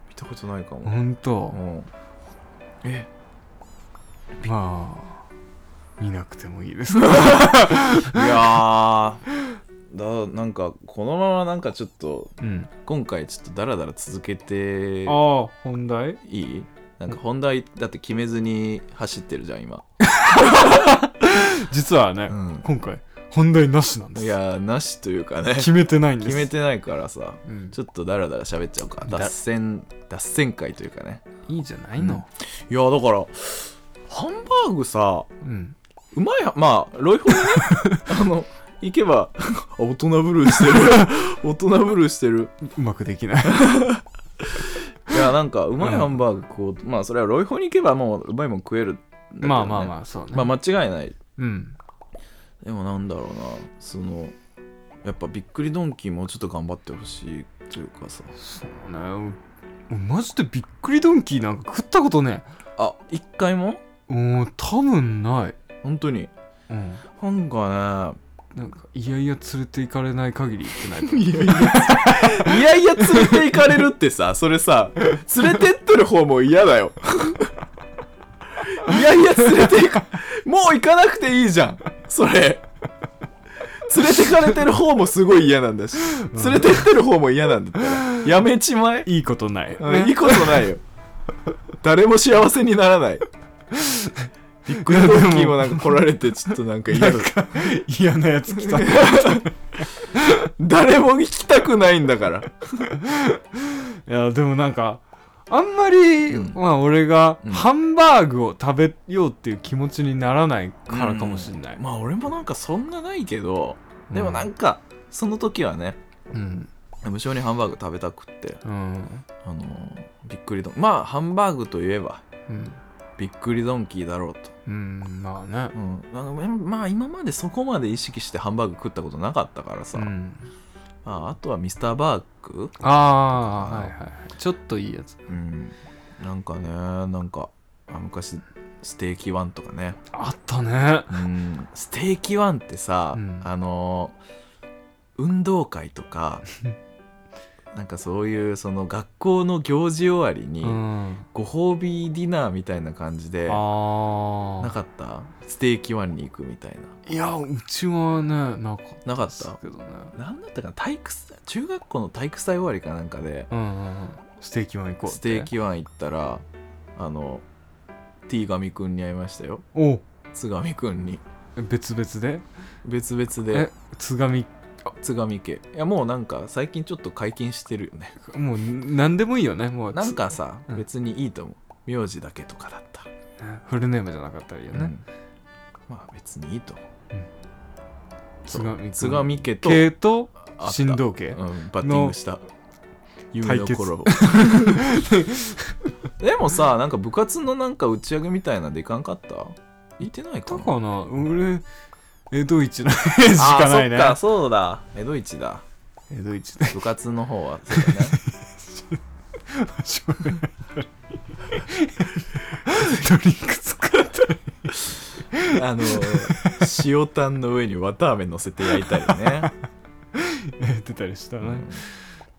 [SPEAKER 2] 見たことないかも、
[SPEAKER 1] ほんと
[SPEAKER 2] うん、え
[SPEAKER 1] まあ見なくてもいい [laughs] ですか
[SPEAKER 2] いや [laughs] ーだなんかこのままなんかちょっと
[SPEAKER 1] うん
[SPEAKER 2] 今回ちょっとダラダラ続けて
[SPEAKER 1] ああ本題
[SPEAKER 2] いいなんか本題だって決めずに走ってるじゃん今、
[SPEAKER 1] 実はね
[SPEAKER 2] うん、
[SPEAKER 1] 今回本題なしなんで
[SPEAKER 2] い
[SPEAKER 1] す
[SPEAKER 2] やーなしというかね [laughs]
[SPEAKER 1] 決めてないんです
[SPEAKER 2] 決めてないからさ
[SPEAKER 1] うん
[SPEAKER 2] ちょっとダラダラ喋っちゃおうか
[SPEAKER 1] だ
[SPEAKER 2] 脱線脱線会というかね
[SPEAKER 1] いいじゃない
[SPEAKER 2] のいやだからハンバーグさ
[SPEAKER 1] うん
[SPEAKER 2] うまいはまあロイホにね [laughs] あの行けばあ大人ブルーして [laughs] る大人ブルーしてる
[SPEAKER 1] うまくできない
[SPEAKER 2] いやなんかうまい
[SPEAKER 1] [laughs] うん
[SPEAKER 2] ハンバーグ食おうと、まあそれはロイホに行けばもううまいもん食えるんだけどね
[SPEAKER 1] [laughs] まあまあまあそうね
[SPEAKER 2] まあ間違いない
[SPEAKER 1] うん
[SPEAKER 2] でもなんだろうなそのやっぱびっくりドンキーもうちょっと頑張ってほしいというかさ
[SPEAKER 1] そうね俺マジでびっくりドンキーなんか食ったことね
[SPEAKER 2] あ一回も
[SPEAKER 1] えうん多分ない
[SPEAKER 2] 本当に
[SPEAKER 1] うん
[SPEAKER 2] なんか
[SPEAKER 1] なんかいやいや連れて行かれない限り行ってないと
[SPEAKER 2] ね
[SPEAKER 1] 思う
[SPEAKER 2] [laughs] いやいやいやいや連れて行かれるってさそれさ連れてってる方も嫌だよいやいや連れて行かもう行かなくていいじゃんそれ連れてかれてる方もすごい嫌なんだし連れてってる方も嫌なんだったらやめちまえ
[SPEAKER 1] いいことない、
[SPEAKER 2] いいことないよ。誰も幸せにならない。びっくりドンキーもなんか来られて、ちょっとなんか嫌だ。
[SPEAKER 1] 嫌なやつ
[SPEAKER 2] [laughs]
[SPEAKER 1] 来た
[SPEAKER 2] 誰も行きたくないんだから。
[SPEAKER 1] いやでもなんかあんまり、
[SPEAKER 2] うん
[SPEAKER 1] まあ俺が
[SPEAKER 2] うん
[SPEAKER 1] ハンバーグを食べようっていう気持ちにならないからかもしれない、
[SPEAKER 2] まあ俺もなんかそんなないけど、でもなん
[SPEAKER 1] か
[SPEAKER 2] か、その時はね、
[SPEAKER 1] うん
[SPEAKER 2] 無性にハンバーグ食べたくって、
[SPEAKER 1] うん
[SPEAKER 2] あのーびっくりドンまあハンバーグといえば、
[SPEAKER 1] うん、
[SPEAKER 2] びっくりドンキーだろうと。
[SPEAKER 1] うん、まあね
[SPEAKER 2] うん、なんかまあ今までそこまで意識してハンバーグ食ったことなかったからさ、
[SPEAKER 1] うん、
[SPEAKER 2] まあ、あとはミスターバーグ
[SPEAKER 1] ああーはいはいはいちょっといいやつ
[SPEAKER 2] うん、なんかねなんかあ昔ステーキワンとかね、
[SPEAKER 1] あったね
[SPEAKER 2] うん、ステーキワンってさ、
[SPEAKER 1] うん
[SPEAKER 2] あの運動会
[SPEAKER 1] [laughs]
[SPEAKER 2] とかなんかそういうその学校の行事終わりに、
[SPEAKER 1] うん
[SPEAKER 2] ご褒美ディナーみたいな感じでな
[SPEAKER 1] ああ
[SPEAKER 2] かったステーキワンに行くみたい
[SPEAKER 1] いやうちはねなかっ
[SPEAKER 2] ななか
[SPEAKER 1] た
[SPEAKER 2] っ
[SPEAKER 1] です
[SPEAKER 2] た
[SPEAKER 1] けどね
[SPEAKER 2] なんだったかな体育祭中学校の体育祭終わりかなんかで
[SPEAKER 1] うんうんうんステーキマン行こうって
[SPEAKER 2] ステーキワン行ったらあの T 神くんに会いましたよ
[SPEAKER 1] お
[SPEAKER 2] 津神くんに
[SPEAKER 1] 別々で
[SPEAKER 2] 別々で
[SPEAKER 1] え津上
[SPEAKER 2] 津上家いやもうなんか最近ちょっと解禁してるよね
[SPEAKER 1] もう何でもいいよねもう
[SPEAKER 2] なんかさ、
[SPEAKER 1] うん
[SPEAKER 2] 別にいいと思う名字だけとかだったら
[SPEAKER 1] フルネームじゃなかったらいいよ
[SPEAKER 2] う
[SPEAKER 1] ね
[SPEAKER 2] んまあ別にいいと思う
[SPEAKER 1] 津上
[SPEAKER 2] 津上家と
[SPEAKER 1] 系と
[SPEAKER 2] あった
[SPEAKER 1] 振動系
[SPEAKER 2] うん、バッティングした夢
[SPEAKER 1] 対
[SPEAKER 2] の
[SPEAKER 1] 決 [laughs]
[SPEAKER 2] 頃でもさなんか部活のなんか打ち上げみたいなんで行かんかった行ってないか
[SPEAKER 1] だ
[SPEAKER 2] な
[SPEAKER 1] かな俺江戸一のイメージしかないね
[SPEAKER 2] あそっかそうだ江戸一だ
[SPEAKER 1] 江戸一で
[SPEAKER 2] 部活の方はそうだね
[SPEAKER 1] ドリンク使った
[SPEAKER 2] あの塩タンの上に綿飴乗せて焼いたりね、
[SPEAKER 1] [laughs] やってたりした
[SPEAKER 2] うん
[SPEAKER 1] ね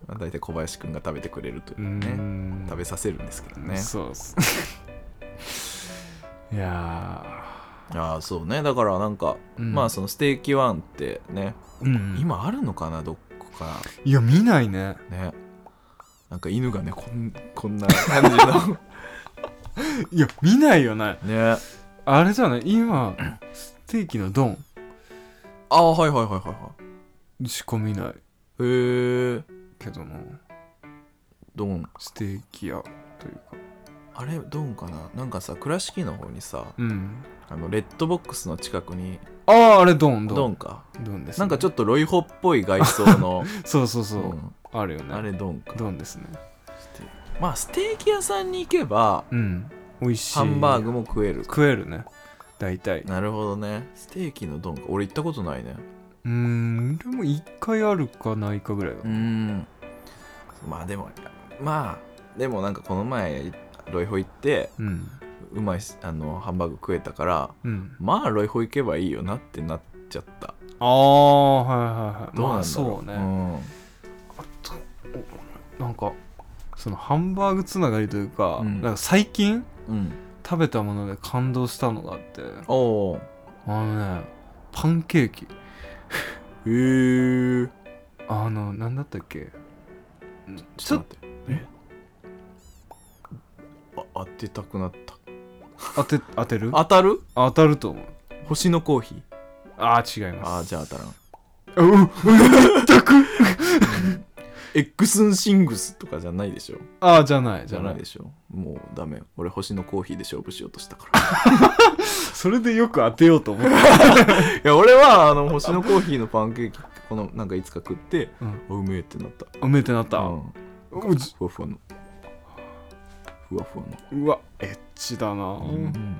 [SPEAKER 2] まあ、大体小林くんが食べてくれるといううね
[SPEAKER 1] ん
[SPEAKER 2] 食べさせるんですけどね
[SPEAKER 1] そうっす [laughs] いや
[SPEAKER 2] ああそうねだからなんか、
[SPEAKER 1] うん
[SPEAKER 2] まあそのステーキワンってね、
[SPEAKER 1] ーうん
[SPEAKER 2] 今あるのかなどこか
[SPEAKER 1] いや見ないね
[SPEAKER 2] ねなんか犬がねこんこんな感じの
[SPEAKER 1] いや見ないよね
[SPEAKER 2] [laughs] ね
[SPEAKER 1] あれじゃない今ステーキの丼
[SPEAKER 2] ああはいはいはいはいは
[SPEAKER 1] しか見ない
[SPEAKER 2] いへえ
[SPEAKER 1] けどな
[SPEAKER 2] ドン
[SPEAKER 1] ステーキ屋というか
[SPEAKER 2] あれドンかななんかさ倉敷の方にさ
[SPEAKER 1] うん
[SPEAKER 2] あのレッドボックスの近くに
[SPEAKER 1] あああれ丼
[SPEAKER 2] ドン
[SPEAKER 1] 丼
[SPEAKER 2] か
[SPEAKER 1] 丼です、ね、
[SPEAKER 2] なんかち
[SPEAKER 1] ょっ
[SPEAKER 2] ょっとロイホっぽい外装 [laughs] の
[SPEAKER 1] とそうそうそう、
[SPEAKER 2] ん
[SPEAKER 1] あるよね
[SPEAKER 2] あれドンか
[SPEAKER 1] 丼ですね
[SPEAKER 2] まあステーキ屋さんに行けば
[SPEAKER 1] うん美味しい
[SPEAKER 2] ハンバーグも食えるか
[SPEAKER 1] 食えるね大体
[SPEAKER 2] なるほどねステーキのドンか俺行ったことないね
[SPEAKER 1] うーんでも一回あるかないかぐらいだ
[SPEAKER 2] うーんまあでもまあでもなんかこの前ロイホ行って
[SPEAKER 1] うん
[SPEAKER 2] うまいしあのハンバーグ食えたから
[SPEAKER 1] うん
[SPEAKER 2] まあロイホ行けばいいよなってなっちゃった
[SPEAKER 1] ああはいはいはい
[SPEAKER 2] どう
[SPEAKER 1] まあ
[SPEAKER 2] なんだろ
[SPEAKER 1] そううね、なんかそのハンバーグつながりというか,、
[SPEAKER 2] うん
[SPEAKER 1] なんか最近
[SPEAKER 2] うん、うん、
[SPEAKER 1] 食べたもので感動したのがあって
[SPEAKER 2] おお
[SPEAKER 1] あのねパンケーキ
[SPEAKER 2] へえ
[SPEAKER 1] あのなんだったっけ
[SPEAKER 2] ちょっと待ってえあ当てたくなった
[SPEAKER 1] 当て当てる
[SPEAKER 2] 当たる
[SPEAKER 1] 当たると思う
[SPEAKER 2] 星のコーヒー
[SPEAKER 1] ああ違い
[SPEAKER 2] あ
[SPEAKER 1] ま
[SPEAKER 2] あ
[SPEAKER 1] す
[SPEAKER 2] じゃあ当たらん
[SPEAKER 1] あうう
[SPEAKER 2] エックスンシングスとかじゃないでしょ
[SPEAKER 1] あーじゃない
[SPEAKER 2] じ
[SPEAKER 1] じ
[SPEAKER 2] ゃ
[SPEAKER 1] ゃ
[SPEAKER 2] な
[SPEAKER 1] ないい
[SPEAKER 2] でしょもうダメ俺星のコーヒーで勝負しようとしたから
[SPEAKER 1] それでよく当てようと思った
[SPEAKER 2] [laughs] いや俺はあの星のコーヒーのパンケーキこのなんかいつか食って、ううめえってなった
[SPEAKER 1] うめえってなった、
[SPEAKER 2] うん
[SPEAKER 1] うじ
[SPEAKER 2] ふわふわのふわふわ
[SPEAKER 1] うわエッチだな、
[SPEAKER 2] の、うん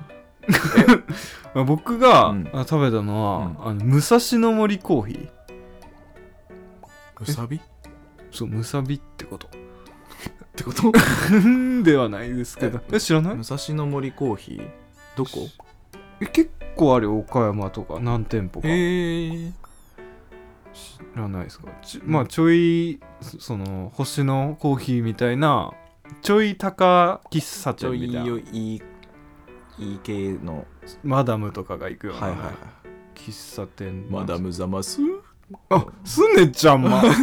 [SPEAKER 1] まあ僕が、
[SPEAKER 2] うん
[SPEAKER 1] あ食べたのは、
[SPEAKER 2] うん
[SPEAKER 1] あの武蔵野森コーヒー
[SPEAKER 2] うさびっ
[SPEAKER 1] そうむさびってこと
[SPEAKER 2] てこと
[SPEAKER 1] ではないですけど
[SPEAKER 2] え
[SPEAKER 1] え知らない
[SPEAKER 2] [laughs] 武蔵野森コーヒーどこ
[SPEAKER 1] え結構あるよ岡山とか何店舗か知
[SPEAKER 2] へえ
[SPEAKER 1] らないですかちまあちょいそその星のコーヒーみたいなちょい高喫茶
[SPEAKER 2] ちょ
[SPEAKER 1] 店
[SPEAKER 2] い
[SPEAKER 1] みたい
[SPEAKER 2] よ
[SPEAKER 1] ない
[SPEAKER 2] いいい系の
[SPEAKER 1] マダムとかが行くような、
[SPEAKER 2] はいはいはい
[SPEAKER 1] 喫茶店
[SPEAKER 2] マダムザマス
[SPEAKER 1] あすねちゃんま
[SPEAKER 2] [laughs]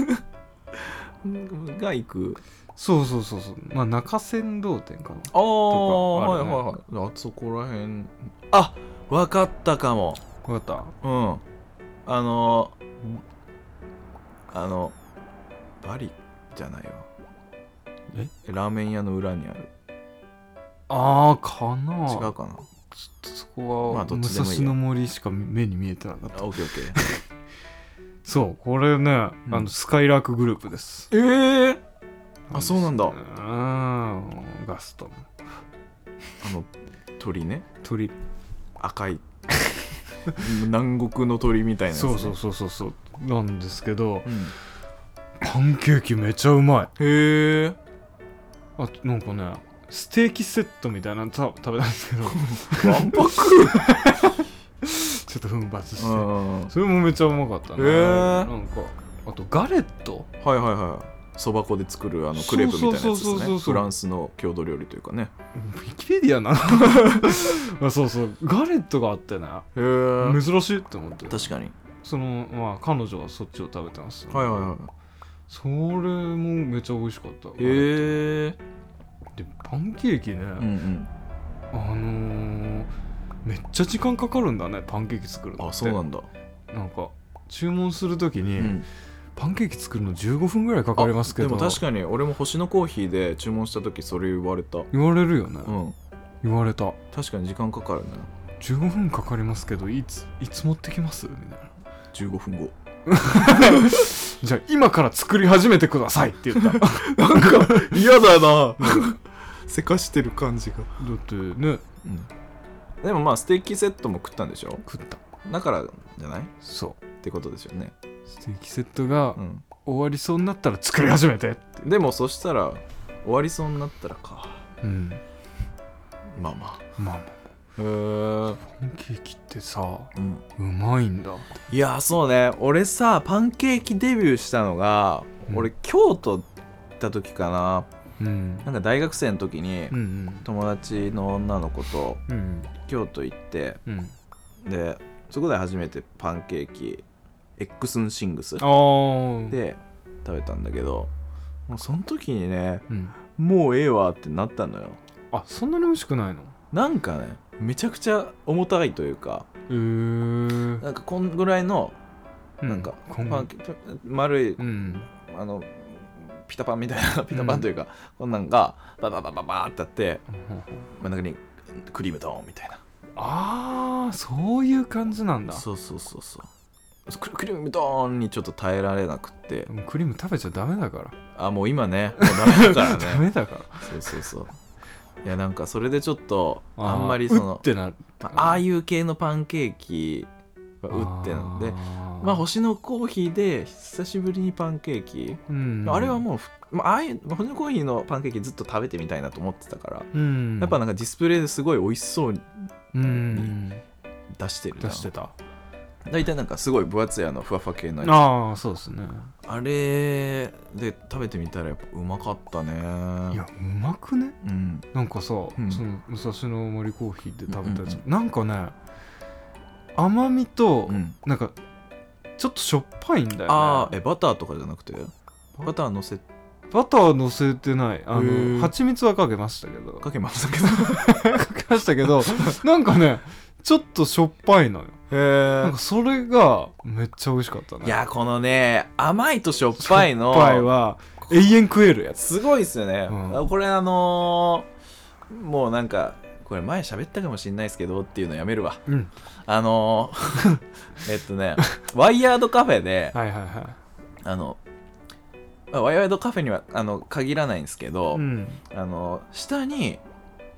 [SPEAKER 2] が行く
[SPEAKER 1] そうそうそうそうまあ中山道店かな
[SPEAKER 2] ああ
[SPEAKER 1] あ
[SPEAKER 2] は
[SPEAKER 1] る
[SPEAKER 2] い
[SPEAKER 1] ね
[SPEAKER 2] はいはいあそこらへんあわかったかも
[SPEAKER 1] わかっ
[SPEAKER 2] うんあのー、あのバリじゃないわ
[SPEAKER 1] え
[SPEAKER 2] ラーメン屋の裏にある
[SPEAKER 1] たああかな
[SPEAKER 2] 違うかな
[SPEAKER 1] ちょっとそこ
[SPEAKER 2] ま
[SPEAKER 1] は
[SPEAKER 2] あどっ
[SPEAKER 1] 武
[SPEAKER 2] ちで
[SPEAKER 1] 蔵
[SPEAKER 2] もいいや
[SPEAKER 1] 野森しか目に見えてなかった
[SPEAKER 2] あオッケーオッケー
[SPEAKER 1] そうこれね、
[SPEAKER 2] うん
[SPEAKER 1] あのスカイラークグループです
[SPEAKER 2] ええあそうなんだ
[SPEAKER 1] うーんガストの
[SPEAKER 2] あの鳥ね
[SPEAKER 1] 鳥
[SPEAKER 2] 赤い南国の鳥みたいなやつね、
[SPEAKER 1] そうそうそうそうそうなんですけど
[SPEAKER 2] うん
[SPEAKER 1] パンケーキめちゃうま
[SPEAKER 2] へえ
[SPEAKER 1] いあなんかねステーキセットみたいなのた食べたんですけ
[SPEAKER 2] [laughs]
[SPEAKER 1] ど
[SPEAKER 2] わんぱく
[SPEAKER 1] ちょっと奮発して、
[SPEAKER 2] うんはい
[SPEAKER 1] それもめちゃうまかったね、
[SPEAKER 2] へー
[SPEAKER 1] なんかあとガレット
[SPEAKER 2] はいはいそば粉で作るあのクレープみたいなやつ
[SPEAKER 1] そうそう
[SPEAKER 2] で
[SPEAKER 1] そうそ
[SPEAKER 2] すね
[SPEAKER 1] うそ
[SPEAKER 2] フ
[SPEAKER 1] う
[SPEAKER 2] ランスの郷土料理というかね
[SPEAKER 1] ウィキペディア
[SPEAKER 2] [laughs]
[SPEAKER 1] なまあそうそうガレットがあってね
[SPEAKER 2] へえ
[SPEAKER 1] 珍しいって思って
[SPEAKER 2] 確かに
[SPEAKER 1] そのまあ彼女はそっちを食べてます、
[SPEAKER 2] はいはいはい
[SPEAKER 1] それもめちゃ美味しかった
[SPEAKER 2] へえ
[SPEAKER 1] でパンケーキね、
[SPEAKER 2] うん
[SPEAKER 1] あのーめっちゃ時間かかるんだねパンケーキ作る
[SPEAKER 2] う
[SPEAKER 1] の
[SPEAKER 2] ん
[SPEAKER 1] って
[SPEAKER 2] あそうなんだ
[SPEAKER 1] なんか注文するときに、
[SPEAKER 2] うん
[SPEAKER 1] パンケーキ作るの15分ぐらいかかりますけど
[SPEAKER 2] あでも確かに俺も星のコーヒーで注文した時それ言われたう
[SPEAKER 1] 言われるよね、
[SPEAKER 2] ん
[SPEAKER 1] 言われた
[SPEAKER 2] 確かに時間かかるね
[SPEAKER 1] 15分かかりますけどいついつ持ってきますみたいな
[SPEAKER 2] 15分後
[SPEAKER 1] じゃあ今から作り始めてくださいって言 [laughs] っただ
[SPEAKER 2] なんか嫌だなせかしてる感じが、
[SPEAKER 1] ってね
[SPEAKER 2] うん、でもまあステーキセットも食ったんでしょ
[SPEAKER 1] 食った
[SPEAKER 2] だからじゃないっ
[SPEAKER 1] そう
[SPEAKER 2] てことですよね、
[SPEAKER 1] ステーキセットが
[SPEAKER 2] うん、
[SPEAKER 1] 終わりそうになったら作り始めて
[SPEAKER 2] でもそしたら終わりそうになったらか
[SPEAKER 1] うん
[SPEAKER 2] まあま
[SPEAKER 1] まあまあ
[SPEAKER 2] あへえ、
[SPEAKER 1] パンケーキってさ
[SPEAKER 2] うん、
[SPEAKER 1] うまいんだ
[SPEAKER 2] いやそうね俺さパンケーキデビューしたのが、
[SPEAKER 1] うん
[SPEAKER 2] 俺京都行った時かな
[SPEAKER 1] うん
[SPEAKER 2] なんか大学生の時に
[SPEAKER 1] うんうん
[SPEAKER 2] 友達の女の子と
[SPEAKER 1] うん
[SPEAKER 2] 京都行って
[SPEAKER 1] うん
[SPEAKER 2] でそこで初めてパンケーキエックスンシングス
[SPEAKER 1] ああ
[SPEAKER 2] で食べたんだけどもうその時にね
[SPEAKER 1] うん
[SPEAKER 2] もうええわってなったのよ
[SPEAKER 1] あそんなに美味しくないの
[SPEAKER 2] なんかねめちゃくちゃ重たいというか
[SPEAKER 1] えー
[SPEAKER 2] なんかこんぐらいの
[SPEAKER 1] う
[SPEAKER 2] なんかパ
[SPEAKER 1] こん
[SPEAKER 2] ンケ丸い
[SPEAKER 1] うん
[SPEAKER 2] あのピタパンみたいなピタパンというか、こんなんがバババババーってあって真ん中にクリームドーンみたいな
[SPEAKER 1] ああそういう感じなんだ
[SPEAKER 2] そうそうそうそうクリクリームドーンにちょっと耐えられなくって
[SPEAKER 1] うんクリーム食べちゃダメだから
[SPEAKER 2] あもう今ねもうダメだから [laughs]
[SPEAKER 1] ダ
[SPEAKER 2] ね
[SPEAKER 1] メだから
[SPEAKER 2] そうそうそういやなんかそれでちょっと
[SPEAKER 1] ー
[SPEAKER 2] あんまりそう
[SPEAKER 1] っ
[SPEAKER 2] の
[SPEAKER 1] てなる
[SPEAKER 2] まあああいう系のパンケーキはうってなんでま
[SPEAKER 1] あー
[SPEAKER 2] あ星のコーヒーで久しぶりにパンケーキ
[SPEAKER 1] うん
[SPEAKER 2] あれはもうふ、まあ、ああいうまあ星のコーヒーのパンケーキずっと食べてみたいなと思ってたから、
[SPEAKER 1] うん
[SPEAKER 2] やっぱなんかディスプレイですごい美味しそうに
[SPEAKER 1] うん
[SPEAKER 2] 出してるな
[SPEAKER 1] 出してた
[SPEAKER 2] 大体なんかすごい分厚いあのふわふわ系のや
[SPEAKER 1] ああそうですね
[SPEAKER 2] つあれで食べてみたらやっぱうまかったね
[SPEAKER 1] いやうまくね
[SPEAKER 2] うん
[SPEAKER 1] なんかさ、
[SPEAKER 2] うん
[SPEAKER 1] その武蔵野森コーヒーで食べたやつ、
[SPEAKER 2] うんうん
[SPEAKER 1] なんかね甘みと、
[SPEAKER 2] うん
[SPEAKER 1] なんかちょっとしょっぱいんだよね
[SPEAKER 2] ああえバターとかじゃなくてバターのせ
[SPEAKER 1] バター乗せてないあ
[SPEAKER 2] へー
[SPEAKER 1] の蜂蜜はかけましたけど
[SPEAKER 2] かけました
[SPEAKER 1] [laughs]
[SPEAKER 2] けど
[SPEAKER 1] かけましたけ
[SPEAKER 2] [laughs]
[SPEAKER 1] どなんかねちょっとしょっぱいのよな
[SPEAKER 2] へ
[SPEAKER 1] んかそれがめっちゃ美味しかったね
[SPEAKER 2] いやこのね甘いとしょっ
[SPEAKER 1] しょっ
[SPEAKER 2] ぱいの
[SPEAKER 1] ぱいは永遠食えるやつ
[SPEAKER 2] すごいっすよね、
[SPEAKER 1] うん
[SPEAKER 2] これあのーもうなんかこれ前喋ったかもしれないですけどっていうのやめるわ
[SPEAKER 1] うん
[SPEAKER 2] あの [laughs] ーえっとねワイヤードカフェで
[SPEAKER 1] はいはいは
[SPEAKER 2] あのまあワイヤードカフェにはあの限らないんですけど、
[SPEAKER 1] いうん
[SPEAKER 2] あの下に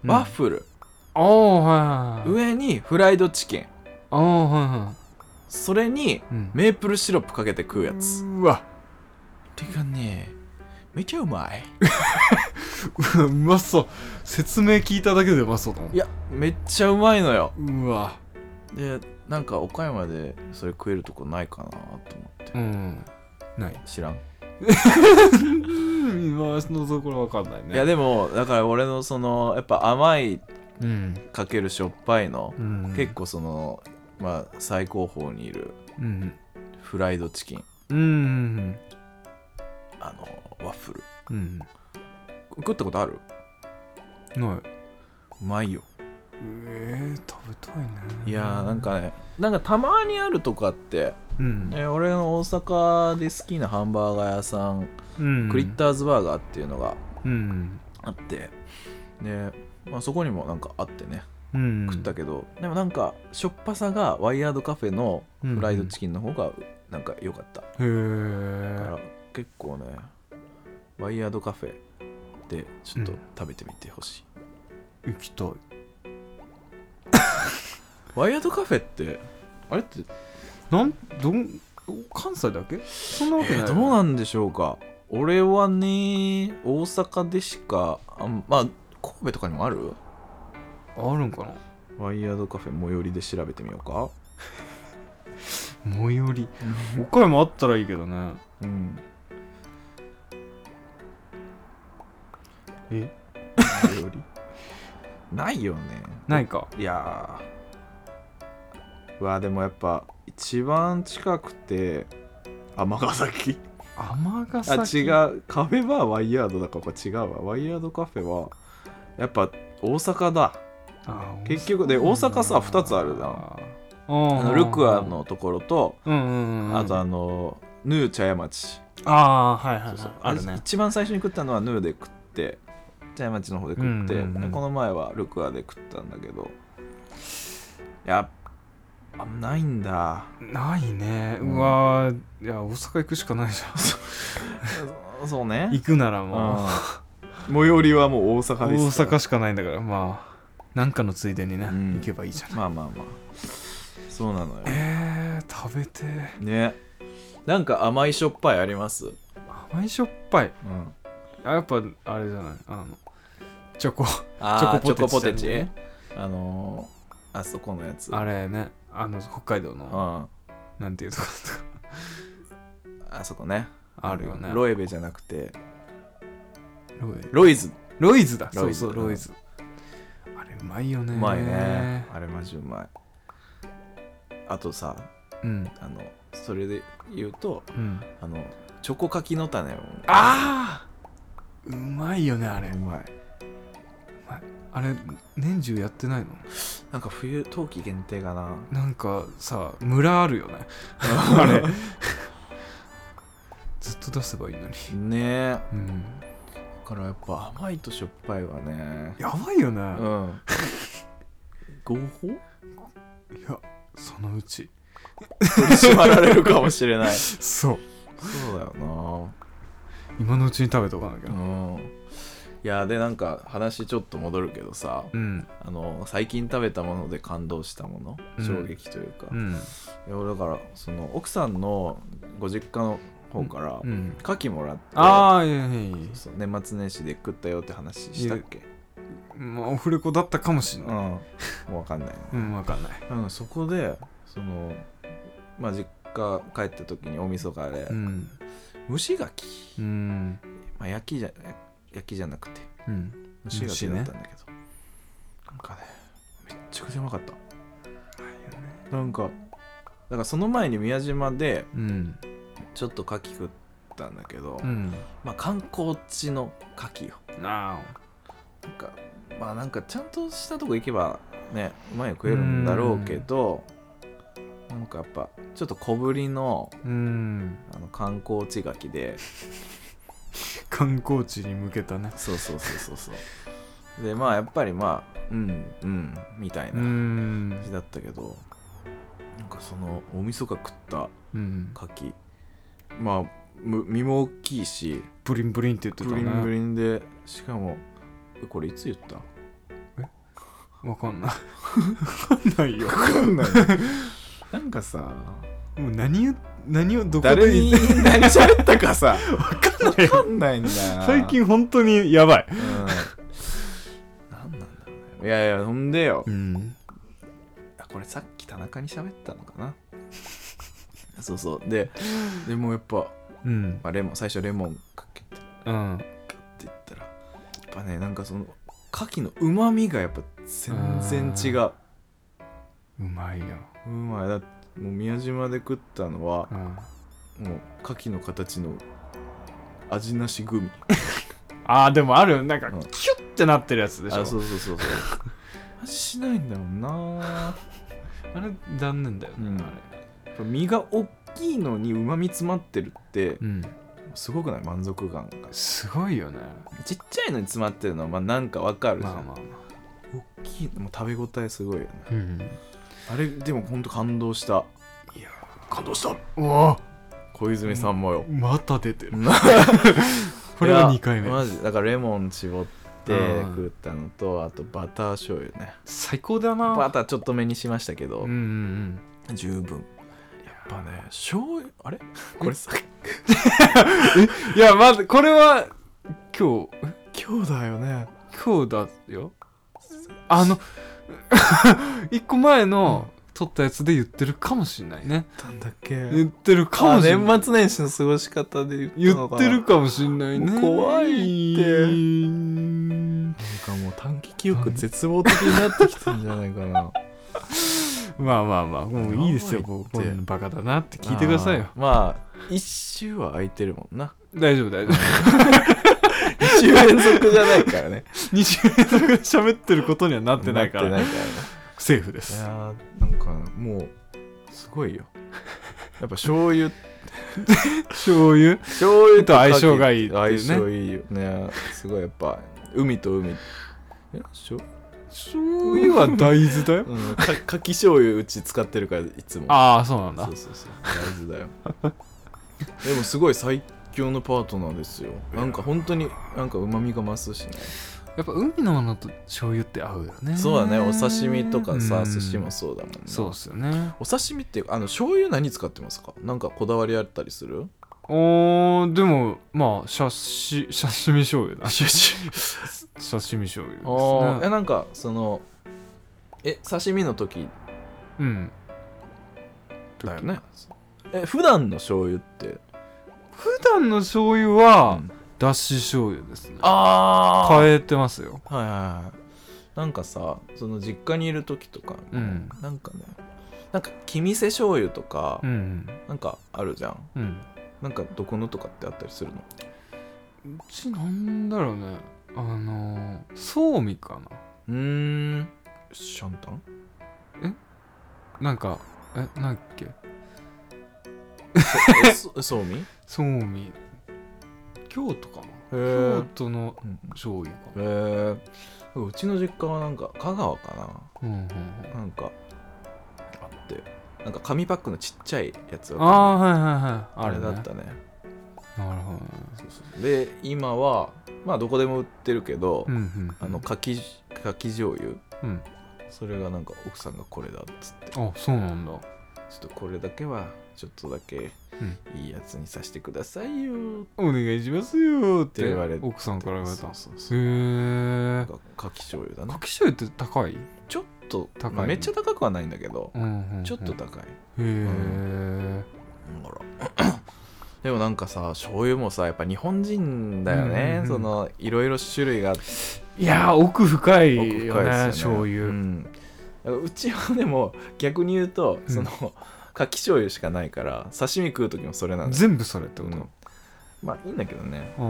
[SPEAKER 2] ワッフル、
[SPEAKER 1] ああはいはいはい
[SPEAKER 2] 上にフライドチキン
[SPEAKER 1] ああはいは
[SPEAKER 2] それに
[SPEAKER 1] いうん
[SPEAKER 2] メープルシロップかけて食うやつ、
[SPEAKER 1] うわ [laughs]
[SPEAKER 2] てかねめちゃうまいう
[SPEAKER 1] まそう説明聞いただけでうまそうだもん
[SPEAKER 2] いやめっちゃうまいのよ
[SPEAKER 1] うわ
[SPEAKER 2] でなんか岡山でそれ食えるとこないかなと思って
[SPEAKER 1] うんない
[SPEAKER 2] 知らん、
[SPEAKER 1] うん今のところわかんないね
[SPEAKER 2] いやでもだから俺のそのやっぱ甘い
[SPEAKER 1] うん、
[SPEAKER 2] かけるしょっぱいの、
[SPEAKER 1] うん、
[SPEAKER 2] 結構そのまあ最高峰にいる
[SPEAKER 1] うん
[SPEAKER 2] フライドチキン
[SPEAKER 1] うんうん
[SPEAKER 2] あのワッフル
[SPEAKER 1] うん
[SPEAKER 2] 食ったことある
[SPEAKER 1] ないう
[SPEAKER 2] まいよ
[SPEAKER 1] えー、食べたいね
[SPEAKER 2] いやーなんかねなんかたまにあるとかって、
[SPEAKER 1] うん、
[SPEAKER 2] えー俺の大阪で好きなハンバーガー屋さん、
[SPEAKER 1] うん、
[SPEAKER 2] クリッターズバーガーっていうのが
[SPEAKER 1] うん
[SPEAKER 2] あってで、まあ、そこにもなんかあってね
[SPEAKER 1] うん
[SPEAKER 2] 食ったけど、でもなんかしょっぱさがワイヤードカフェのフライドチキンの方がなんか良かった、
[SPEAKER 1] へ
[SPEAKER 2] だか
[SPEAKER 1] え
[SPEAKER 2] ら結構ねワイヤードカフェでちょっと
[SPEAKER 1] うん
[SPEAKER 2] 食べてみてほしい、
[SPEAKER 1] 行きたい
[SPEAKER 2] ワイヤードカフェってあれって、
[SPEAKER 1] なんどん関西だけそんな
[SPEAKER 2] え
[SPEAKER 1] わけない
[SPEAKER 2] ー
[SPEAKER 1] よね、
[SPEAKER 2] どうなんでしょうか俺はね大阪でしかあんまあ神戸とかにもある
[SPEAKER 1] あるんかな
[SPEAKER 2] ワイヤードカフェ最寄りで調べてみようか
[SPEAKER 1] 最寄り岡山あったらいいけどね
[SPEAKER 2] うん
[SPEAKER 1] え
[SPEAKER 2] 最寄り [laughs] ないよね
[SPEAKER 1] ないか
[SPEAKER 2] いやーうわでもやっぱ一番近くて尼崎
[SPEAKER 1] 尼
[SPEAKER 2] あ
[SPEAKER 1] 崎
[SPEAKER 2] 違うカフェバーワイヤードだからこれ違うわワイヤードカフェはやっぱ大阪だ
[SPEAKER 1] あ
[SPEAKER 2] 結局で大阪さ二つあるじゃん
[SPEAKER 1] ん
[SPEAKER 2] あのルクアのところと
[SPEAKER 1] うんうんうん
[SPEAKER 2] あとあのヌー茶屋町
[SPEAKER 1] あーはいはい、は
[SPEAKER 2] そう
[SPEAKER 1] い、
[SPEAKER 2] そう
[SPEAKER 1] あるね
[SPEAKER 2] 一番最初に食ったのはヌーで食って茶屋町の方で食って、
[SPEAKER 1] うんうんうん
[SPEAKER 2] でこの前はルクアで食ったんだけどやっぱないんだ
[SPEAKER 1] ないね
[SPEAKER 2] うん
[SPEAKER 1] うわーいや大阪行くしかないじ
[SPEAKER 2] そう
[SPEAKER 1] ゃん [laughs]
[SPEAKER 2] ね
[SPEAKER 1] 行くなら
[SPEAKER 2] う
[SPEAKER 1] も
[SPEAKER 2] ん最寄りはもう大
[SPEAKER 1] う大
[SPEAKER 2] 阪ですか
[SPEAKER 1] 阪
[SPEAKER 2] ら
[SPEAKER 1] しかないんだからまあなんかのついでにね、
[SPEAKER 2] うん
[SPEAKER 1] 行けばいいじゃん
[SPEAKER 2] まあまあまあそうなのよ
[SPEAKER 1] えー、食べて
[SPEAKER 2] ねなんか甘いしょっぱいありますうん
[SPEAKER 1] 甘いしょっぱいあやっぱあれじゃないあのチョコ [laughs]
[SPEAKER 2] あー
[SPEAKER 1] チョコポテチ
[SPEAKER 2] チョコポテチあのー、あそこのやつ
[SPEAKER 1] あれねあの北海道の
[SPEAKER 2] うん
[SPEAKER 1] なんていうとこだっ
[SPEAKER 2] あそこね
[SPEAKER 1] たかあるよね
[SPEAKER 2] ロエベじゃなくて
[SPEAKER 1] ロイ
[SPEAKER 2] ロイズ
[SPEAKER 1] ロイズだ
[SPEAKER 2] ロ
[SPEAKER 1] そ
[SPEAKER 2] イ
[SPEAKER 1] う
[SPEAKER 2] ズ
[SPEAKER 1] そうロイズあれうまいよね
[SPEAKER 2] うまいねあれマジうまいあとさ
[SPEAKER 1] うん
[SPEAKER 2] あのそれで言うと
[SPEAKER 1] うん
[SPEAKER 2] あのチョコかきの種も
[SPEAKER 1] あーうまいよねあれ
[SPEAKER 2] うまい
[SPEAKER 1] あれ年中やってないの
[SPEAKER 2] なんか冬冬季限定か [laughs] な
[SPEAKER 1] なんかさ村あるよねあれずっと出せばいいのに
[SPEAKER 2] [laughs] ねえ
[SPEAKER 1] うん
[SPEAKER 2] だからやっぱ甘いとしょっぱいはね
[SPEAKER 1] やばいよね、
[SPEAKER 2] うん合法
[SPEAKER 1] いやそのうち
[SPEAKER 2] 取り締まられるかもしれない [laughs] そ
[SPEAKER 1] そう
[SPEAKER 2] うだよ
[SPEAKER 1] 今のうちに食べとかなきゃ
[SPEAKER 2] なうんいやでなんか話ちょっと戻るけどさ
[SPEAKER 1] うん
[SPEAKER 2] あの最近食べたもので感動したもの
[SPEAKER 1] うん
[SPEAKER 2] 衝撃というか、
[SPEAKER 1] うん
[SPEAKER 2] いや俺だからその奥さんのご実家の方から
[SPEAKER 1] うん
[SPEAKER 2] 牡蠣もらって、
[SPEAKER 1] ああいやいやいや
[SPEAKER 2] そう年末年始で食ったよって話したっけ
[SPEAKER 1] まあオフレコだったかもし
[SPEAKER 2] うん
[SPEAKER 1] ない
[SPEAKER 2] もう分かんない
[SPEAKER 1] うんわかんない
[SPEAKER 2] うんそこでそのまあ実家帰った時に大晦日で、
[SPEAKER 1] うん
[SPEAKER 2] 蒸し牡蠣、
[SPEAKER 1] うん
[SPEAKER 2] まあ、焼きじゃ焼きじゃなくて
[SPEAKER 1] うん
[SPEAKER 2] 蒸し牡
[SPEAKER 1] 蒸し
[SPEAKER 2] 蠣
[SPEAKER 1] ね
[SPEAKER 2] だったんだけど、なんかねめっちゃくちゃうまかったなんかだからその前に宮島で
[SPEAKER 1] うん
[SPEAKER 2] ちょっと牡蠣食ったんだけど、
[SPEAKER 1] うん
[SPEAKER 2] まあ観光地の牡蠣よ
[SPEAKER 1] な
[SPEAKER 2] なんかまあなんかちゃんとしたとこ行けばねうまいの食えるんだろうけどなんかやっぱちょっと小ぶりの
[SPEAKER 1] あうん
[SPEAKER 2] あの観光地ガキで
[SPEAKER 1] 観光地に向けたね
[SPEAKER 2] そうそうそうそうそうでまあやっぱりまあうんうんみたいうな感
[SPEAKER 1] ん
[SPEAKER 2] じだったけどなんかそのお味噌が食った
[SPEAKER 1] うん
[SPEAKER 2] 牡蠣まあむ身も大きいし
[SPEAKER 1] プリンプリンって言って
[SPEAKER 2] プ
[SPEAKER 1] た
[SPEAKER 2] リンプ
[SPEAKER 1] ね
[SPEAKER 2] リンでしかもえこれいつ言った
[SPEAKER 1] わかんないわかんないよ
[SPEAKER 2] わかんないなんかさ
[SPEAKER 1] もう何を何をどこ
[SPEAKER 2] 誰
[SPEAKER 1] で
[SPEAKER 2] に何喋ったかさわかんないんだよ
[SPEAKER 1] 最近本当にやばい
[SPEAKER 2] うん何なんだろうねいやいやほんでよ
[SPEAKER 1] うん
[SPEAKER 2] あこれさっき田中に喋ったのかなそうそうででもやっぱ、
[SPEAKER 1] うん
[SPEAKER 2] まあ、レモン最初レモンかけてって
[SPEAKER 1] うん
[SPEAKER 2] 言ったらやっぱねなんかその牡蠣のうまみがやっぱ全然違う
[SPEAKER 1] うまいよ
[SPEAKER 2] うまいだってもう宮島で食ったのは
[SPEAKER 1] うん
[SPEAKER 2] もう牡蠣の形の味なしグミ
[SPEAKER 1] ああでもあるよなんか
[SPEAKER 2] うん
[SPEAKER 1] キュッてなってるやつでし
[SPEAKER 2] あそ
[SPEAKER 1] ょ
[SPEAKER 2] うそうそうそう [laughs] 味しないんだもんな
[SPEAKER 1] あれ残念だよ
[SPEAKER 2] うん
[SPEAKER 1] ねあれ
[SPEAKER 2] やっぱ身が大きいのにうまみ詰まってるって
[SPEAKER 1] うん
[SPEAKER 2] すごくない満足感が
[SPEAKER 1] すごいよね
[SPEAKER 2] ちっちゃいのに詰まってるのはまあなんかわかるじゃん、
[SPEAKER 1] まあまあまあ
[SPEAKER 2] 大きいのもう食べ応えすごいよね
[SPEAKER 1] うん
[SPEAKER 2] あれでもほんと感動した
[SPEAKER 1] いや
[SPEAKER 2] 感動した
[SPEAKER 1] うわ
[SPEAKER 2] 小泉さんもよ、
[SPEAKER 1] また出て
[SPEAKER 2] [laughs]
[SPEAKER 1] る
[SPEAKER 2] こ
[SPEAKER 1] これは2回目
[SPEAKER 2] マジだからレモン絞って
[SPEAKER 1] うん
[SPEAKER 2] 食ったのとあとバター醤油ね
[SPEAKER 1] 最高だな
[SPEAKER 2] バターちょっと目にしましたけど、
[SPEAKER 1] うんうん
[SPEAKER 2] 十分やっぱね醤油あれこれさ [laughs]
[SPEAKER 1] うんいやまずこれは今日え
[SPEAKER 2] 今日だよね
[SPEAKER 1] 今日だよあの1個前の撮ったやつで言ってるかもしんないね
[SPEAKER 2] なんだっけ
[SPEAKER 1] 言ってるかもしんない
[SPEAKER 2] 年末年始の過ごし方で言
[SPEAKER 1] 言ってるかもしんないね
[SPEAKER 2] もう怖いって
[SPEAKER 1] うん
[SPEAKER 2] なんかもう短期記憶絶望的になってきてんじゃないかな
[SPEAKER 1] まあまあまあもういいですよ
[SPEAKER 2] やばいっ
[SPEAKER 1] こ
[SPEAKER 2] て
[SPEAKER 1] うこんなバカだな [laughs] って聞いてくださいよ
[SPEAKER 2] あーまあ一週は空いてるもんな
[SPEAKER 1] 大丈夫大丈夫
[SPEAKER 2] [laughs] 一週連続じゃないからね [laughs]
[SPEAKER 1] 2週連続で喋ってることにはなってないから
[SPEAKER 2] なってないか
[SPEAKER 1] セーフで
[SPEAKER 2] い
[SPEAKER 1] す
[SPEAKER 2] やーなんかもうすごい
[SPEAKER 1] [laughs]
[SPEAKER 2] よやっぱ醤油
[SPEAKER 1] 醤油
[SPEAKER 2] 醤油
[SPEAKER 1] と相性がいいっていうね
[SPEAKER 2] 相性いいよねすごいやっぱ海と海え醤
[SPEAKER 1] 醤油は大豆だよ
[SPEAKER 2] 油、うん、か [laughs] かき醤油うち使ってるからいつも
[SPEAKER 1] [laughs] ああそうなんだ
[SPEAKER 2] そうそうそう大豆だよでもすごい最強のパートナーですよなんか本当になんかうまみが増すしね
[SPEAKER 1] やっぱ海のものと醤油って合うよね
[SPEAKER 2] そうだねお刺身とか
[SPEAKER 1] う
[SPEAKER 2] さ
[SPEAKER 1] ん
[SPEAKER 2] 寿司もそうだもんね
[SPEAKER 1] そうっすよね
[SPEAKER 2] お刺身ってあの醤油何使ってますかなんかこだわりあったりする
[SPEAKER 1] おーでもまあ刺し刺身醤
[SPEAKER 2] [laughs]
[SPEAKER 1] 油だ刺身醤油で
[SPEAKER 2] ああ、
[SPEAKER 1] すね
[SPEAKER 2] えなんかそのえ刺身の時
[SPEAKER 1] うん
[SPEAKER 2] だよねえ普段の醤油って
[SPEAKER 1] 普段の醤油は、
[SPEAKER 2] うん
[SPEAKER 1] だし醤油ですね
[SPEAKER 2] あはい
[SPEAKER 1] 変えてますよ
[SPEAKER 2] はいはいなんかさその実家にいる時とか、
[SPEAKER 1] うん
[SPEAKER 2] なんかねなんか黄身せ醤油とか、
[SPEAKER 1] うん
[SPEAKER 2] なんかあるじゃん
[SPEAKER 1] うん
[SPEAKER 2] なんかどこのとかってあったりするの
[SPEAKER 1] うちなんだろうねあのーそうみか
[SPEAKER 2] うーんシャンタン
[SPEAKER 1] ななんかえなんだっけ
[SPEAKER 2] えそそうみへ
[SPEAKER 1] そうみ京都かな
[SPEAKER 2] え
[SPEAKER 1] 京都の
[SPEAKER 2] うん
[SPEAKER 1] 醤油か
[SPEAKER 2] へえうちの実家はなんか香川か
[SPEAKER 1] うんうんうん
[SPEAKER 2] ななんかあってなんか紙パックのちっちゃいやつ
[SPEAKER 1] あ
[SPEAKER 2] あ
[SPEAKER 1] あはいはいはい
[SPEAKER 2] あ
[SPEAKER 1] あ
[SPEAKER 2] れ
[SPEAKER 1] るね
[SPEAKER 2] だったね
[SPEAKER 1] なるほどね
[SPEAKER 2] そうそうで今はまあどこでも売ってるけど、
[SPEAKER 1] うんうん
[SPEAKER 2] あのかきかき醤油
[SPEAKER 1] うん
[SPEAKER 2] それがなんか奥さんがこれだっつってちょ
[SPEAKER 1] あそうなんだ
[SPEAKER 2] っとこれだけはちょっとだけいいやつにさせてくださいよっ
[SPEAKER 1] お願いしますよって
[SPEAKER 2] って言われて
[SPEAKER 1] 奥さん
[SPEAKER 2] て
[SPEAKER 1] から言われたへ
[SPEAKER 2] そうそうそう
[SPEAKER 1] え
[SPEAKER 2] なんかかき醤油だ
[SPEAKER 1] か
[SPEAKER 2] な
[SPEAKER 1] き醤油って高い
[SPEAKER 2] ちょっと
[SPEAKER 1] 高い
[SPEAKER 2] まあめっちゃ高くはないんだけど
[SPEAKER 1] うんうんうん
[SPEAKER 2] ちょっと
[SPEAKER 1] へ
[SPEAKER 2] 高い
[SPEAKER 1] え
[SPEAKER 2] だから [coughs] でもなんかさ醤油もさやっぱ日本人だよね、
[SPEAKER 1] うんうんうん
[SPEAKER 2] そのいろいろ種類があって
[SPEAKER 1] いやー奥深いよ
[SPEAKER 2] 奥
[SPEAKER 1] ね
[SPEAKER 2] 深いですよね
[SPEAKER 1] 醤油、
[SPEAKER 2] うん、うちはでも逆に言うと
[SPEAKER 1] うん
[SPEAKER 2] その、かき醤油しかないから刺身食う時もそれなんです
[SPEAKER 1] 全部それってこ
[SPEAKER 2] う
[SPEAKER 1] と、
[SPEAKER 2] んまあいいんだけどね
[SPEAKER 1] あ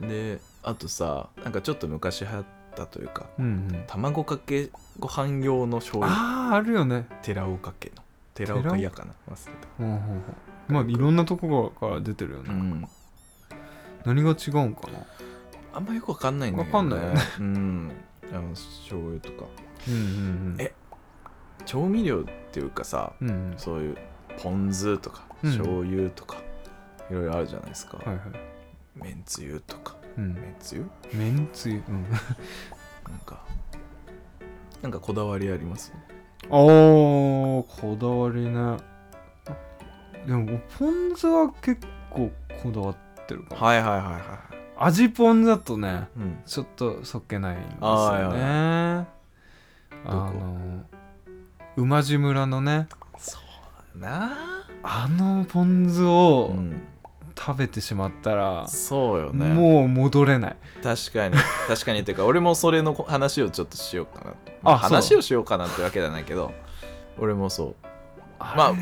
[SPEAKER 1] ー
[SPEAKER 2] であとさなんかちょっと昔流行ったというか
[SPEAKER 1] うんうん
[SPEAKER 2] 卵かけご飯用の醤油
[SPEAKER 1] あーあるよね、
[SPEAKER 2] 寺岡家の寺
[SPEAKER 1] 寺
[SPEAKER 2] 岡
[SPEAKER 1] 岡
[SPEAKER 2] 屋かな忘れ
[SPEAKER 1] うんうんうんまあいろんなとこから出てるよ
[SPEAKER 2] た、
[SPEAKER 1] ね、
[SPEAKER 2] うん、
[SPEAKER 1] 何が違うんかな
[SPEAKER 2] あんまよくわかんないんだけ
[SPEAKER 1] わ
[SPEAKER 2] ど、
[SPEAKER 1] かんない
[SPEAKER 2] ね、
[SPEAKER 1] よね
[SPEAKER 2] うんあの醤油とか
[SPEAKER 1] うんうんうん
[SPEAKER 2] え調味料っていうかさ
[SPEAKER 1] うんうん
[SPEAKER 2] そういうポン酢とか
[SPEAKER 1] うん
[SPEAKER 2] 醤油とか、いろいろあるじゃないですか、
[SPEAKER 1] はいはい
[SPEAKER 2] めんつゆとか
[SPEAKER 1] うん
[SPEAKER 2] めんつゆ
[SPEAKER 1] めんつゆ、うん、
[SPEAKER 2] なんかなんかこだわりあります
[SPEAKER 1] おーこだわりねでもポン酢は結構こだわってるかも
[SPEAKER 2] はいはいはいは
[SPEAKER 1] 味ポン酢だとね
[SPEAKER 2] い、うん、
[SPEAKER 1] ちょっとそっけないんですよね
[SPEAKER 2] あーはい
[SPEAKER 1] あ
[SPEAKER 2] どこ
[SPEAKER 1] の馬路村のね
[SPEAKER 2] そうだな
[SPEAKER 1] あのポン酢を
[SPEAKER 2] うん
[SPEAKER 1] 食べてしまったら、
[SPEAKER 2] そうよね
[SPEAKER 1] もう戻れない
[SPEAKER 2] 確かに [laughs] 確かにっていうか俺もそれの話をちょっとしようかな
[SPEAKER 1] あそう
[SPEAKER 2] 話をしようかなってわけじゃないけど俺もそうまあ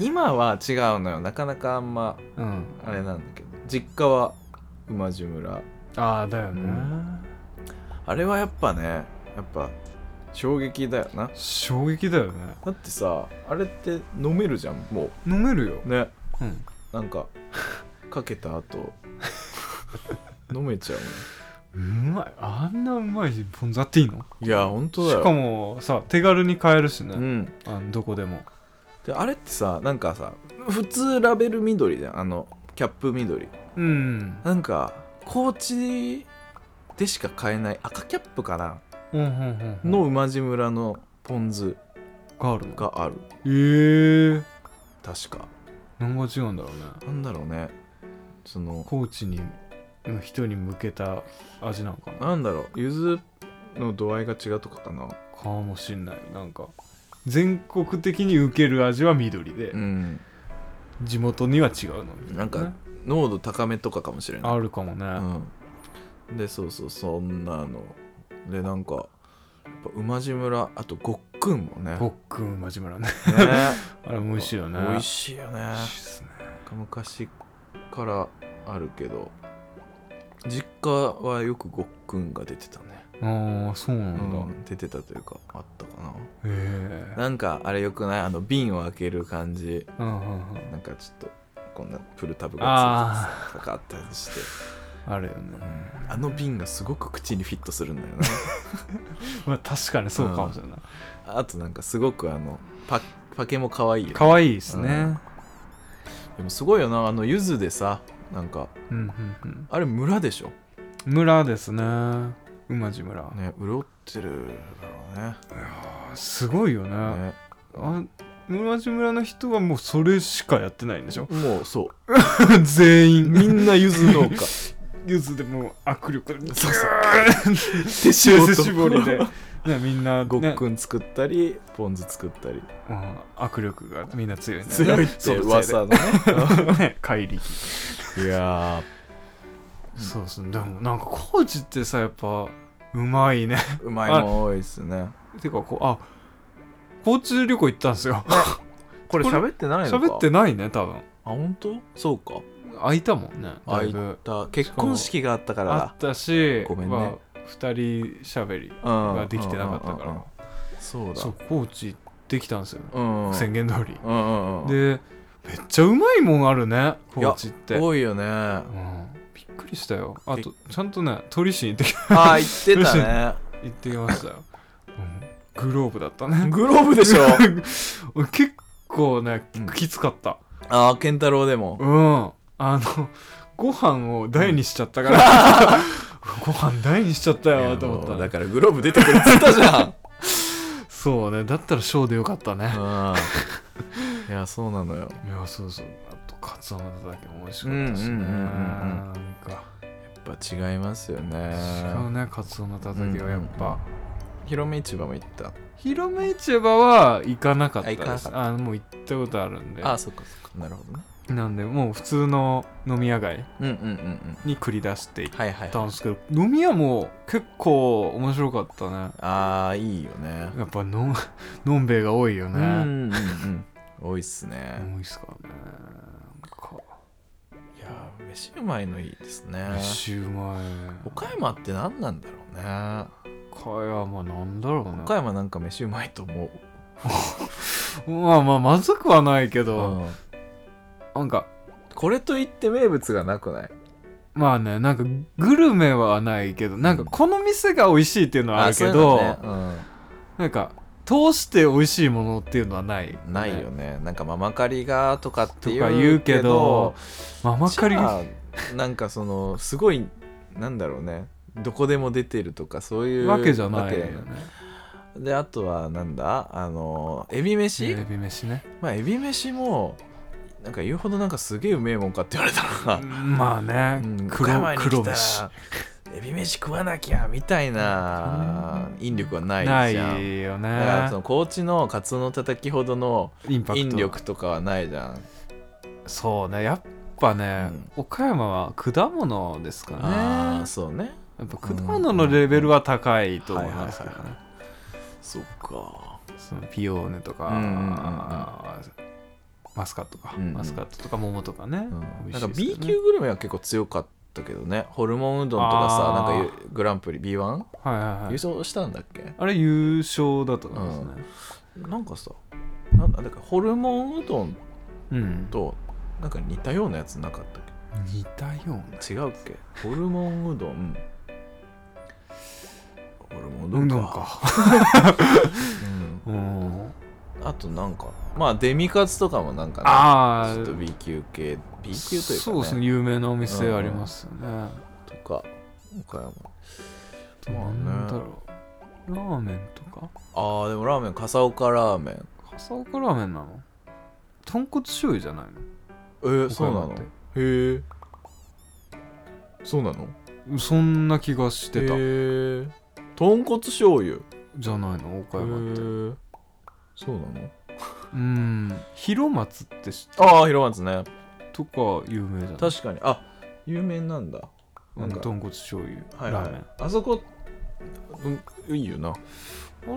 [SPEAKER 2] 今は違うのよなかなかあんま
[SPEAKER 1] うん
[SPEAKER 2] あれなんだけど実家は馬路村
[SPEAKER 1] ああだよね、
[SPEAKER 2] うんあれはやっぱねやっぱ衝撃だよな
[SPEAKER 1] 衝撃だよね
[SPEAKER 2] だってさあれって飲めるじゃんも
[SPEAKER 1] 飲めるよ
[SPEAKER 2] う、ね
[SPEAKER 1] うん、
[SPEAKER 2] なん [laughs] かかけた [laughs] 後飲めちゃうね
[SPEAKER 1] うまいあんなうまいポン酢あっていいの
[SPEAKER 2] いや本当だよ
[SPEAKER 1] しかもさ手軽に買えるしね、
[SPEAKER 2] うん
[SPEAKER 1] あのどこでも
[SPEAKER 2] であれってさなんかさ普通ラベル緑じゃんあのキャップ緑
[SPEAKER 1] うん
[SPEAKER 2] なんか高知でしか買えない赤キャップかな
[SPEAKER 1] うんうんうんうん
[SPEAKER 2] の馬路村のポン酢
[SPEAKER 1] があるの
[SPEAKER 2] がある
[SPEAKER 1] えー、
[SPEAKER 2] 確か
[SPEAKER 1] 何が違うんだろうね
[SPEAKER 2] なんだろうねその
[SPEAKER 1] 高知にの人に向けた味なんかな
[SPEAKER 2] なんだろう柚子の度合いが違うとかかな
[SPEAKER 1] かもしんないなんか全国的に受ける味は緑で、
[SPEAKER 2] うん
[SPEAKER 1] 地元には違うのみたい
[SPEAKER 2] なんか濃度高めとかかもしれない
[SPEAKER 1] あるかもね、
[SPEAKER 2] うん、でそうそうそんなのでなんかやっぱ馬路村あとごっくんもね
[SPEAKER 1] ごっくん馬路村ね [laughs]
[SPEAKER 2] ね
[SPEAKER 1] あれも美味しいよね
[SPEAKER 2] [laughs] 美味しいよね
[SPEAKER 1] 美味しいっすね
[SPEAKER 2] 昔からあるけど実家はよくごっくんが出てたね、
[SPEAKER 1] ああそうな
[SPEAKER 2] うん
[SPEAKER 1] だ、
[SPEAKER 2] ん、出てたというかあったかな
[SPEAKER 1] へえ
[SPEAKER 2] なんかあれよくないあの瓶を開ける感じ
[SPEAKER 1] うんうんうん
[SPEAKER 2] なんかちょっとこんなプルタブが
[SPEAKER 1] あ
[SPEAKER 2] ついてさかったりして、
[SPEAKER 1] ああるよ
[SPEAKER 2] う
[SPEAKER 1] ね、
[SPEAKER 2] んあの瓶がすごく口にフィットするんだよ
[SPEAKER 1] [laughs] まあ、確かにそうかもしれない
[SPEAKER 2] なあとなんかすごくあのパパケも可愛いよね
[SPEAKER 1] 可愛、いいですね
[SPEAKER 2] でもすごいよなあのゆずでさなんか
[SPEAKER 1] うんうんうん
[SPEAKER 2] あれ村でしょ
[SPEAKER 1] 村ですね馬路村、
[SPEAKER 2] ね潤ってるだろ
[SPEAKER 1] あすごいよね
[SPEAKER 2] うねね
[SPEAKER 1] あ村路村の人はもうそれしかやってないんでしょ [laughs]
[SPEAKER 2] もうそう
[SPEAKER 1] 全員
[SPEAKER 2] みんなゆず [laughs] 農家
[SPEAKER 1] ゆずでもう握力でギュ
[SPEAKER 2] そうそ
[SPEAKER 1] ーッ
[SPEAKER 2] 手
[SPEAKER 1] 手
[SPEAKER 2] と
[SPEAKER 1] 絞りでねみんな、ね、
[SPEAKER 2] ごっくん作ったりポン酢作ったり
[SPEAKER 1] うん握力がみんな強いんだよ
[SPEAKER 2] 強いっ
[SPEAKER 1] ね
[SPEAKER 2] て
[SPEAKER 1] そう
[SPEAKER 2] 噂
[SPEAKER 1] [laughs]
[SPEAKER 2] のね
[SPEAKER 1] 強いね怪力
[SPEAKER 2] いや
[SPEAKER 1] そうそうでもなんかコーチってさやっぱうまいね
[SPEAKER 2] ーうまいもん多いですね
[SPEAKER 1] てかこうあ交通旅行行ったんですよ
[SPEAKER 2] これ
[SPEAKER 1] これ
[SPEAKER 2] 喋ってないの
[SPEAKER 1] [laughs]
[SPEAKER 2] か
[SPEAKER 1] 喋ってないね多分
[SPEAKER 2] あ本当そうか
[SPEAKER 1] 空いたもんねだ
[SPEAKER 2] あ
[SPEAKER 1] い
[SPEAKER 2] い
[SPEAKER 1] ぶ
[SPEAKER 2] た結婚式があったから
[SPEAKER 1] あったし
[SPEAKER 2] ごめんね
[SPEAKER 1] まあ、2人しゃべり
[SPEAKER 2] だ
[SPEAKER 1] ができてなかったか
[SPEAKER 2] うんうんうん
[SPEAKER 1] ら
[SPEAKER 2] うんそうだ
[SPEAKER 1] そう高知できたんですよ
[SPEAKER 2] うんうん
[SPEAKER 1] 宣言通り
[SPEAKER 2] うんうんうん
[SPEAKER 1] でめっちゃうまいもんあるね高知って
[SPEAKER 2] 多いよね
[SPEAKER 1] うんびっくりしたよあとちゃんとね鳥市に行ってき
[SPEAKER 2] あー言っ
[SPEAKER 1] [laughs]
[SPEAKER 2] てた
[SPEAKER 1] 行ってきましたよ、うんグローブだったね
[SPEAKER 2] ねグローブ
[SPEAKER 1] [laughs]
[SPEAKER 2] でしょ
[SPEAKER 1] 俺結構ね
[SPEAKER 2] うん
[SPEAKER 1] きつかった
[SPEAKER 2] ああ健太郎でも
[SPEAKER 1] うん、あのご飯を台にしちゃったから、
[SPEAKER 2] [laughs]
[SPEAKER 1] ご飯台にしちゃった
[SPEAKER 2] いや
[SPEAKER 1] よと思った
[SPEAKER 2] もうだ
[SPEAKER 1] ね
[SPEAKER 2] からグローブ出てくるっつったじゃん
[SPEAKER 1] そうねだったらショーでよかったね、
[SPEAKER 2] うんいやそうなのよ
[SPEAKER 1] いやそうそうあとカツオのたたきも美味しかったしね、
[SPEAKER 2] うんうんうんうんう
[SPEAKER 1] な
[SPEAKER 2] ん
[SPEAKER 1] んか
[SPEAKER 2] やっぱ違いますよね
[SPEAKER 1] 違うねカツオのたたきはやっぱ、
[SPEAKER 2] うんうん広め市場も行った
[SPEAKER 1] 広め市場は行かなかった
[SPEAKER 2] あ行か
[SPEAKER 1] で
[SPEAKER 2] な
[SPEAKER 1] す
[SPEAKER 2] かっ
[SPEAKER 1] あもう行ったことあるんで
[SPEAKER 2] あそっかそっかなるほどね
[SPEAKER 1] なんでもう普通の飲み屋街
[SPEAKER 2] うんうんうんうん
[SPEAKER 1] に繰り出して行っ
[SPEAKER 2] はいはいはい
[SPEAKER 1] たんですけど飲み屋も結構面白かったね
[SPEAKER 2] ああいいよね
[SPEAKER 1] やっぱのん [laughs] のんべいが多いよ
[SPEAKER 2] うんう
[SPEAKER 1] ね、
[SPEAKER 2] んうん多いっす
[SPEAKER 1] 多
[SPEAKER 2] ね
[SPEAKER 1] いっすからねなんか
[SPEAKER 2] いやー飯うまいのいいですね
[SPEAKER 1] 飯うまい
[SPEAKER 2] 岡山って何なんだろうね
[SPEAKER 1] 岡山なんだろうね
[SPEAKER 2] 岡山なんか飯うまいと思う、
[SPEAKER 1] まあまあまずくはないけど、
[SPEAKER 2] うん
[SPEAKER 1] なんか
[SPEAKER 2] これといって名物がなくない
[SPEAKER 1] まあねなんかグルメはないけどなんかこの店が美味しいっていうのはあるけど、
[SPEAKER 2] そういうのね
[SPEAKER 1] なんか通して美味しいものっていうのはない、
[SPEAKER 2] うんないよねなんかママカリがとかって
[SPEAKER 1] と
[SPEAKER 2] 言
[SPEAKER 1] か
[SPEAKER 2] う
[SPEAKER 1] 言うけどママカリ
[SPEAKER 2] じゃあなんかそのすごいなんだろうねどこでも出てるとかそういう
[SPEAKER 1] わけじゃないよ
[SPEAKER 2] わけだよね
[SPEAKER 1] ね
[SPEAKER 2] であとはなんだあのエビ
[SPEAKER 1] テ
[SPEAKER 2] 飯、
[SPEAKER 1] レビ飯ね
[SPEAKER 2] まあエビ飯もなんか言うほどなんかすげえうめえもんかって言われたら、
[SPEAKER 1] まあね、
[SPEAKER 2] うん岡
[SPEAKER 1] 黒
[SPEAKER 2] 山に来た
[SPEAKER 1] 黒
[SPEAKER 2] ら
[SPEAKER 1] 飯
[SPEAKER 2] エビ飯食わなきゃみたいな引力はないじ
[SPEAKER 1] ない
[SPEAKER 2] ゃん
[SPEAKER 1] よ
[SPEAKER 2] だからそ
[SPEAKER 1] ね
[SPEAKER 2] の高知のカツオのたたきほどの
[SPEAKER 1] インパクト
[SPEAKER 2] 引力とかはないじゃん
[SPEAKER 1] そうねやっぱね、
[SPEAKER 2] うん
[SPEAKER 1] 岡山は果物ですかね
[SPEAKER 2] ああそうね
[SPEAKER 1] やっぱ果物のレベルは高いと思いますけど
[SPEAKER 2] うんはい
[SPEAKER 1] ね
[SPEAKER 2] そっか
[SPEAKER 1] そのピオーネとか、
[SPEAKER 2] うんうんうんうん
[SPEAKER 1] マスカットか、
[SPEAKER 2] うんうん
[SPEAKER 1] マスカットとか桃とかね、
[SPEAKER 2] うん
[SPEAKER 1] 美味
[SPEAKER 2] なんか
[SPEAKER 1] しいです
[SPEAKER 2] B
[SPEAKER 1] よね
[SPEAKER 2] 級グルメは結構強かったけどねホルモンうどんとかさ
[SPEAKER 1] あー
[SPEAKER 2] なんかゆグランプリ B1
[SPEAKER 1] はいはいはい
[SPEAKER 2] 優勝したんだっけ
[SPEAKER 1] あれ優勝だと思いますね。
[SPEAKER 2] なんかさなんだだからホルモンうどん
[SPEAKER 1] うん。
[SPEAKER 2] となんか似たようなやつなかったっ
[SPEAKER 1] 似たような。
[SPEAKER 2] け違うっけホルモンうどんホルモンうど
[SPEAKER 1] うんん
[SPEAKER 2] か
[SPEAKER 1] どんか。
[SPEAKER 2] うん
[SPEAKER 1] うん。
[SPEAKER 2] あとなんかまあデミカツとかもなんかね
[SPEAKER 1] ああ。
[SPEAKER 2] ちょっと B 級系 B 級というか、ね、
[SPEAKER 1] そうですね。有名なお店ありますよね。
[SPEAKER 2] とか岡山まあね
[SPEAKER 1] なんだろう。ラーメンとか
[SPEAKER 2] ああでもラーメン笠岡ラーメン
[SPEAKER 1] 笠岡ラーメンなの豚骨醤油じゃないの
[SPEAKER 2] えー、そうなの
[SPEAKER 1] 岡山っ
[SPEAKER 2] へえそうなの
[SPEAKER 1] てそんな気がしてた
[SPEAKER 2] へえ豚骨醤油
[SPEAKER 1] じゃないの岡山って。
[SPEAKER 2] へえそうなの
[SPEAKER 1] うん。広松ってし
[SPEAKER 2] ああ広松ね
[SPEAKER 1] とか有名じゃない
[SPEAKER 2] 確かにあ有名なんだ
[SPEAKER 1] う
[SPEAKER 2] なんんか
[SPEAKER 1] 豚骨醤油、
[SPEAKER 2] はい、
[SPEAKER 1] ラ
[SPEAKER 2] は
[SPEAKER 1] ーメン
[SPEAKER 2] い。、あそこ、うん、いいよな
[SPEAKER 1] あ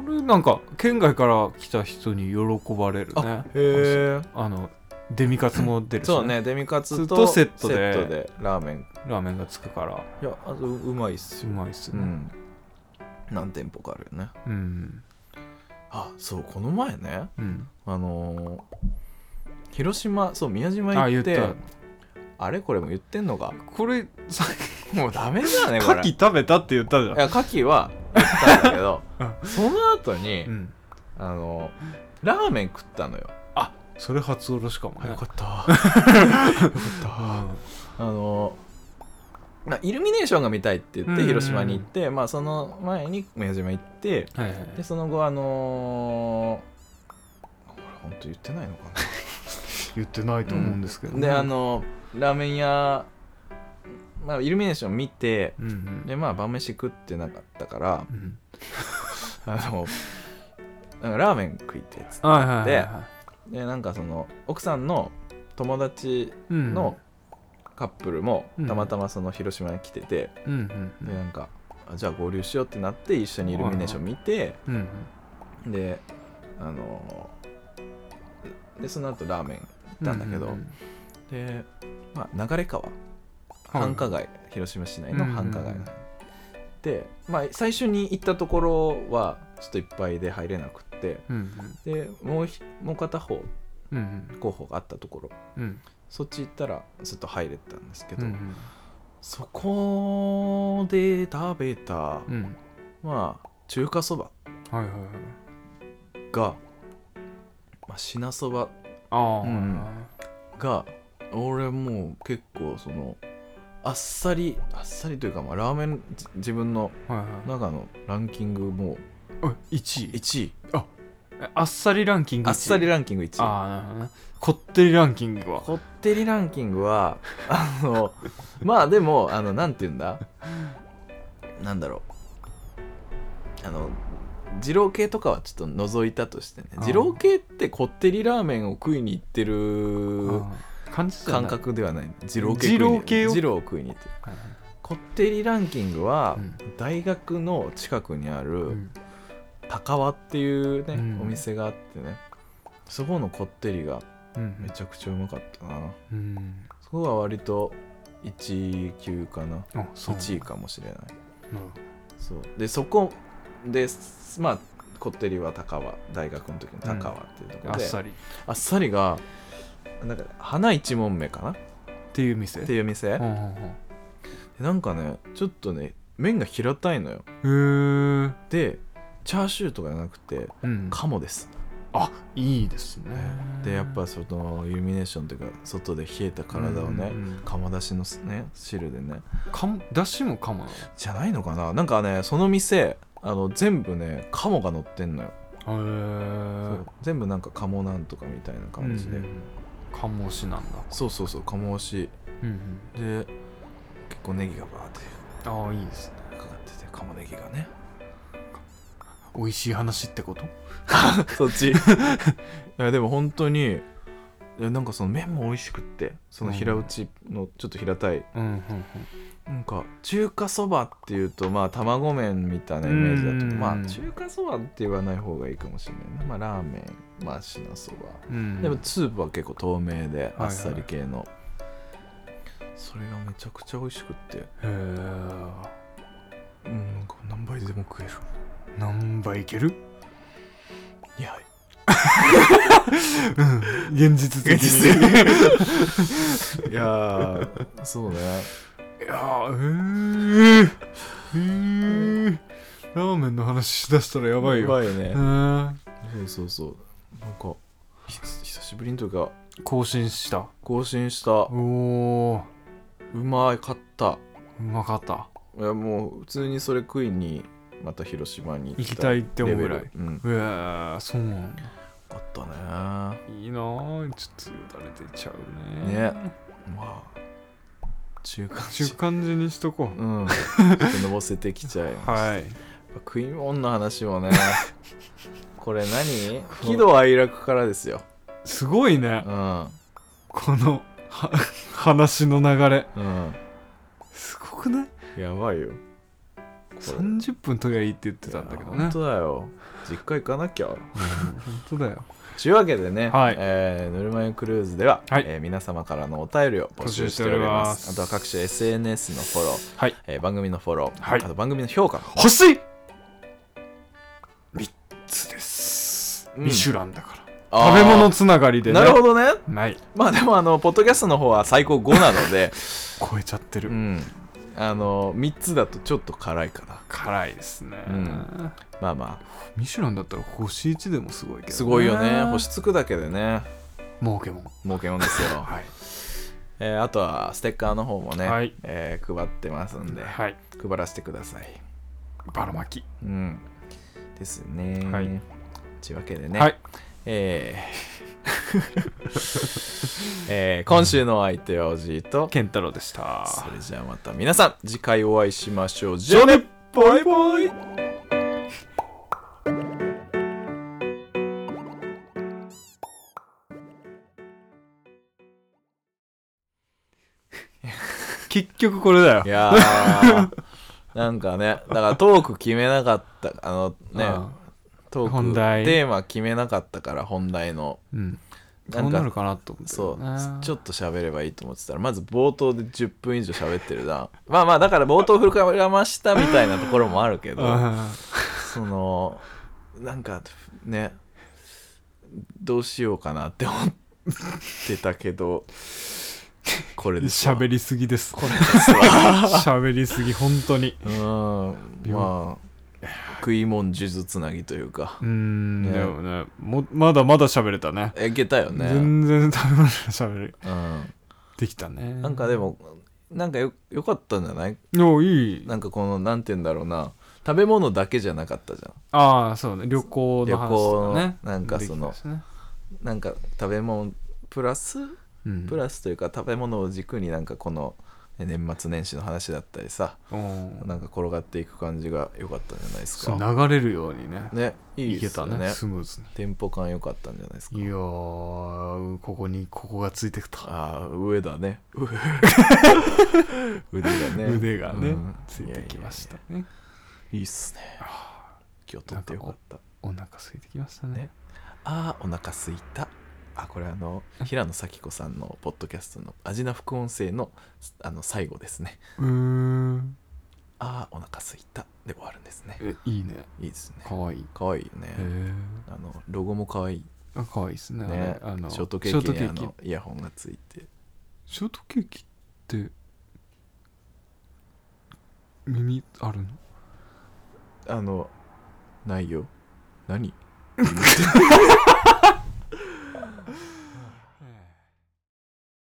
[SPEAKER 1] れなんか県外から来た人に喜ばれるね
[SPEAKER 2] へえ
[SPEAKER 1] あのデミカツも出るしね、
[SPEAKER 2] そうねデミカツと
[SPEAKER 1] とセットで
[SPEAKER 2] セッラーメン
[SPEAKER 1] ラーメンがつくから
[SPEAKER 2] いやあとううまいっす
[SPEAKER 1] う
[SPEAKER 2] よ、
[SPEAKER 1] まいっす
[SPEAKER 2] う
[SPEAKER 1] ね
[SPEAKER 2] ん、何店舗かあるよね
[SPEAKER 1] うん
[SPEAKER 2] あそうこの前ね
[SPEAKER 1] うん、
[SPEAKER 2] あのー広島そう宮島
[SPEAKER 1] あ言
[SPEAKER 2] 行っ
[SPEAKER 1] ってた
[SPEAKER 2] あれこれも言ってん
[SPEAKER 1] [laughs]
[SPEAKER 2] のか
[SPEAKER 1] これさ
[SPEAKER 2] もうダメだねこれ
[SPEAKER 1] 牡蠣食べたって言ったじゃ
[SPEAKER 2] いや牡蠣は言ったんだけど
[SPEAKER 1] う
[SPEAKER 2] その後に、
[SPEAKER 1] ん、うん、
[SPEAKER 2] あのラーメン食ったのよ
[SPEAKER 1] それ初おろしかもね
[SPEAKER 2] っ
[SPEAKER 1] [laughs]
[SPEAKER 2] たよかった
[SPEAKER 1] あ
[SPEAKER 2] あのまあイルミネーションが見たいって言っ
[SPEAKER 1] うんうん
[SPEAKER 2] て
[SPEAKER 1] うん
[SPEAKER 2] 広島に行って、まあ、その前に宮島行って
[SPEAKER 1] ーはいはい
[SPEAKER 2] でその後あのー、これ本当言ってないのか
[SPEAKER 1] 言ってないと思うんですけど、
[SPEAKER 2] なであ、のラーメン屋、まあ、イルミネーション見て
[SPEAKER 1] うんうん
[SPEAKER 2] でまあ晩飯食ってなかったから
[SPEAKER 1] うん、
[SPEAKER 2] あのなんかラーメン食いてっつって
[SPEAKER 1] はいはいはいは
[SPEAKER 2] でなんかその奥さんの友達
[SPEAKER 1] い、うん、
[SPEAKER 2] のカップルも
[SPEAKER 1] うん
[SPEAKER 2] たまたまその広島に来てて、
[SPEAKER 1] うんうん
[SPEAKER 2] でなんかあじゃあ合流しようってなって一緒にイルミネーション見て、
[SPEAKER 1] うんうん
[SPEAKER 2] であのでその後ラーメン行ったんだけど、
[SPEAKER 1] うう
[SPEAKER 2] で、まあ、流川繁華街広島市内の繁華街、
[SPEAKER 1] うんうん
[SPEAKER 2] で、まあ、最初に行ったところはちょっといっぱいで入れなくって
[SPEAKER 1] うん
[SPEAKER 2] でもうひもう片方
[SPEAKER 1] うんうん
[SPEAKER 2] 候補があったところ
[SPEAKER 1] うん
[SPEAKER 2] そっち行ったらずっと入れてたんですけ
[SPEAKER 1] うんう
[SPEAKER 2] ど、
[SPEAKER 1] ん
[SPEAKER 2] そこで食べた、
[SPEAKER 1] うん
[SPEAKER 2] まあ中華そば
[SPEAKER 1] はいはいはい
[SPEAKER 2] が、まあ、品そば
[SPEAKER 1] ああ、
[SPEAKER 2] うんが俺もう結構そのあっさりあっさりというか、まあ、ラーメンじ自分の
[SPEAKER 1] はいはい
[SPEAKER 2] 中のランキングも
[SPEAKER 1] あ一位
[SPEAKER 2] 1位
[SPEAKER 1] えあっさりランキング
[SPEAKER 2] あっさり
[SPEAKER 1] ラン
[SPEAKER 2] ランキング1位
[SPEAKER 1] ああなるほどねこってりランキングは
[SPEAKER 2] こってりランキングは [laughs] あのまあでもあのなんて言うんだなんだろうあの二郎系とかはちょっと除いたとしてね
[SPEAKER 1] あー
[SPEAKER 2] 二郎系ってこってりラーメンを食いに行ってる
[SPEAKER 1] あー感じじゃな
[SPEAKER 2] 感
[SPEAKER 1] い
[SPEAKER 2] 覚ではない二郎系
[SPEAKER 1] 二郎系を
[SPEAKER 2] 二郎を食いに行ってる
[SPEAKER 1] はいはい
[SPEAKER 2] こってりランキングは
[SPEAKER 1] うん
[SPEAKER 2] 大学の近くにあ
[SPEAKER 1] う
[SPEAKER 2] る
[SPEAKER 1] ん
[SPEAKER 2] 高輪っていうね
[SPEAKER 1] うん
[SPEAKER 2] お店があってねそこのこってりが
[SPEAKER 1] うん
[SPEAKER 2] めちゃくちゃうまかったな
[SPEAKER 1] うん
[SPEAKER 2] そこは割と1級かな
[SPEAKER 1] あそう
[SPEAKER 2] 1位かもしれない
[SPEAKER 1] なるほ
[SPEAKER 2] そうでそこですまあこってりは高輪大学の時の高輪っていうとこ
[SPEAKER 1] ど
[SPEAKER 2] ろ
[SPEAKER 1] あっ
[SPEAKER 2] で、
[SPEAKER 1] さりっ
[SPEAKER 2] あっさりがなんか花一問目かなって
[SPEAKER 1] いう店
[SPEAKER 2] ていう店、
[SPEAKER 1] うんうんうん
[SPEAKER 2] でなんかねちょっとね麺が平たいのよ
[SPEAKER 1] へー
[SPEAKER 2] でチャーシューとかじゃなくて
[SPEAKER 1] うん
[SPEAKER 2] 鴨です、
[SPEAKER 1] あいいですね
[SPEAKER 2] でやっぱそのイルミネーションというか外で冷えた体をね、
[SPEAKER 1] うんうんうん
[SPEAKER 2] 鴨だしのね汁でね
[SPEAKER 1] かもだしもかもな
[SPEAKER 2] じゃないのかななんかねその店あの全部ね鴨が乗ってんのよ、
[SPEAKER 1] のへ
[SPEAKER 2] そう
[SPEAKER 1] え
[SPEAKER 2] 全部なんか鴨なんとかみたいな感じで、
[SPEAKER 1] かもしなんだ
[SPEAKER 2] そうそうそう鴨推し
[SPEAKER 1] うんうん
[SPEAKER 2] で結構ネギがバーって
[SPEAKER 1] ああいいですね
[SPEAKER 2] かかってて鴨ネギが
[SPEAKER 1] [laughs]
[SPEAKER 2] ね
[SPEAKER 1] 美味しい話ってこと
[SPEAKER 2] そっち [laughs] いやでも本当にいやなんかその麺も美味しくってその平打ちのちょっと平たい、
[SPEAKER 1] うんうん
[SPEAKER 2] なんか中華そばっていうとまあ卵麺みたいなイメージだと
[SPEAKER 1] うん
[SPEAKER 2] まあ中華そばって言わない方がいいかもしれないねまあラーメンまあ品そば
[SPEAKER 1] うんうん
[SPEAKER 2] でもスープは結構透明で
[SPEAKER 1] はい
[SPEAKER 2] あっさり系の、それがめちゃくちゃ美味しくって
[SPEAKER 1] へえ
[SPEAKER 2] うんなんか何倍でも食える
[SPEAKER 1] 何杯いける
[SPEAKER 2] いや
[SPEAKER 1] 現実的に [laughs]
[SPEAKER 2] いやー [laughs] そうね
[SPEAKER 1] いやーへえへえラーメンの話しだしたらやばい
[SPEAKER 2] や
[SPEAKER 1] よ
[SPEAKER 2] ばいよね
[SPEAKER 1] へ
[SPEAKER 2] そうそうそうなんかひ久しぶりにというか
[SPEAKER 1] え更新した
[SPEAKER 2] 更新した
[SPEAKER 1] おお
[SPEAKER 2] うまかった
[SPEAKER 1] うまかった
[SPEAKER 2] いやもう普通にそれ食いにまた広島に
[SPEAKER 1] 行きたいって思うぐらい
[SPEAKER 2] レベルうん
[SPEAKER 1] うわーそうなんだ
[SPEAKER 2] あったね
[SPEAKER 1] いいなあちょっとよだれ出ちゃうね
[SPEAKER 2] ねまあ中華
[SPEAKER 1] 中感じにしとこう
[SPEAKER 2] [laughs] うん、ちょっとのぼせてきちゃいました。やっ
[SPEAKER 1] はい
[SPEAKER 2] ぱ食い物の
[SPEAKER 1] [laughs]
[SPEAKER 2] 話もね、これ何喜怒哀楽からですよ。
[SPEAKER 1] すごいね
[SPEAKER 2] うん、
[SPEAKER 1] このは [laughs] 話の流れ
[SPEAKER 2] うん、
[SPEAKER 1] すごくない
[SPEAKER 2] やばいよ。
[SPEAKER 1] 30分取りゃいいって言ってたんだけど
[SPEAKER 2] いや
[SPEAKER 1] ね
[SPEAKER 2] 本当だよ実家行かなきゃ
[SPEAKER 1] うん本当だよ
[SPEAKER 2] というわけでね、
[SPEAKER 1] はい
[SPEAKER 2] えーぬるま湯クルーズでは、
[SPEAKER 1] はい
[SPEAKER 2] えー皆様からのお便りを募集しております。
[SPEAKER 1] 募集しております
[SPEAKER 2] あとは各種 SNS のフォロー、
[SPEAKER 1] はい
[SPEAKER 2] えー番組のフォロー、
[SPEAKER 1] はい
[SPEAKER 2] あと番組の評価も
[SPEAKER 1] 星3つです、
[SPEAKER 2] うん
[SPEAKER 1] ミシュランだから
[SPEAKER 2] あ
[SPEAKER 1] [laughs]
[SPEAKER 2] ー
[SPEAKER 1] 食べ物つながりで、ね、
[SPEAKER 2] なるほどね。
[SPEAKER 1] ない
[SPEAKER 2] まあでも、あの、ポッドキャストの方は最高5なの
[SPEAKER 1] [laughs]
[SPEAKER 2] で、
[SPEAKER 1] 超えちゃってる、
[SPEAKER 2] うん。あの、3つだとちょっと辛いから。
[SPEAKER 1] 辛いですね、
[SPEAKER 2] うんまあま
[SPEAKER 1] ミシュランだったら星1でもすごいけど、
[SPEAKER 2] あ、すごいよね。星つくだけでね、
[SPEAKER 1] 儲けもん
[SPEAKER 2] 儲けもんですよ。
[SPEAKER 1] はい
[SPEAKER 2] [laughs] えーあとは、ステッカーの方もね、
[SPEAKER 1] はい
[SPEAKER 2] えー配ってますんで、
[SPEAKER 1] はい
[SPEAKER 2] 配らせてください。
[SPEAKER 1] ばらまき、
[SPEAKER 2] うん。ですね。
[SPEAKER 1] はい
[SPEAKER 2] というわけでね、
[SPEAKER 1] はい
[SPEAKER 2] えー [laughs] えー今週のお相手はおじいと、
[SPEAKER 1] ケンタロウでした
[SPEAKER 2] それじゃあまた皆さん、次回お会いしましょう。
[SPEAKER 1] じゃあねバイバイ [laughs] 結局これだよ
[SPEAKER 2] いやー、なんかね、だからトーク決めなかった、あのね、トーク、
[SPEAKER 1] 本題
[SPEAKER 2] テーマ決めなかったから、本題の。
[SPEAKER 1] うん、
[SPEAKER 2] な
[SPEAKER 1] ど
[SPEAKER 2] ん
[SPEAKER 1] う
[SPEAKER 2] か
[SPEAKER 1] なるかなと思って
[SPEAKER 2] そう、ちょ
[SPEAKER 1] っ
[SPEAKER 2] っと喋ればいいと思ってたら、まず冒頭で10分以上喋ってるな。 [laughs] まあまあ、だから冒頭振りかましたみたいなところもあるけど、そのなんかねどうしようかなって思ってたけどこれですわ
[SPEAKER 1] 喋りすぎです
[SPEAKER 2] これですわ
[SPEAKER 1] [laughs] 喋りすぎ本当に
[SPEAKER 2] うーんまあ食いもん数珠つなぎというか
[SPEAKER 1] うーん、
[SPEAKER 2] ね
[SPEAKER 1] でもねもまだまだ喋れたね
[SPEAKER 2] えいけたよね、うん、
[SPEAKER 1] 全然食べ物の喋りできたね
[SPEAKER 2] なんかでもなんかよよかったんじゃない
[SPEAKER 1] おいい
[SPEAKER 2] なんかこのなんて言うんだろうな食べ物だけじゃなかったじゃん
[SPEAKER 1] ああそうね旅行の話とかね
[SPEAKER 2] 旅行のなんかその
[SPEAKER 1] できたしね
[SPEAKER 2] なんか食べ物プラス
[SPEAKER 1] うん
[SPEAKER 2] プラスというか食べ物を軸になんかこの年末年始の話だったりさ
[SPEAKER 1] うん
[SPEAKER 2] なんか転がっていく感じが良かったんじゃないです
[SPEAKER 1] そう
[SPEAKER 2] か。
[SPEAKER 1] 流れるようにね
[SPEAKER 2] ね、いい
[SPEAKER 1] い
[SPEAKER 2] で
[SPEAKER 1] け
[SPEAKER 2] すよ
[SPEAKER 1] た
[SPEAKER 2] ね。
[SPEAKER 1] ねスムーズに
[SPEAKER 2] テンポ感良かったんじゃないですか。
[SPEAKER 1] いやーここにここがついてきた
[SPEAKER 2] ああ、上だ
[SPEAKER 1] [laughs]
[SPEAKER 2] ね。腕がね。
[SPEAKER 1] 腕がね、
[SPEAKER 2] うん
[SPEAKER 1] ついてきましたね
[SPEAKER 2] いやいやいやいいっすね。今日撮ってよかった。
[SPEAKER 1] お腹空いてきましたね
[SPEAKER 2] ねああ、お腹すいた。あ、これあの、平野咲子さんのポッドキャストの味な副音声のあの最後ですね。
[SPEAKER 1] うーん
[SPEAKER 2] ああ、お腹すいた。で終わるんですね。
[SPEAKER 1] えいいね
[SPEAKER 2] いいですね。
[SPEAKER 1] かわいい
[SPEAKER 2] かわいいよ
[SPEAKER 1] へ
[SPEAKER 2] ね。
[SPEAKER 1] え
[SPEAKER 2] あの、ロゴもかわいい。
[SPEAKER 1] あかわいいですね
[SPEAKER 2] ね、
[SPEAKER 1] あれあの
[SPEAKER 2] ショートケーキ
[SPEAKER 1] ショートケ
[SPEAKER 2] にあ
[SPEAKER 1] ーキ
[SPEAKER 2] のイヤホンがついて
[SPEAKER 1] ショートケーキって耳あるの
[SPEAKER 2] あのないよ何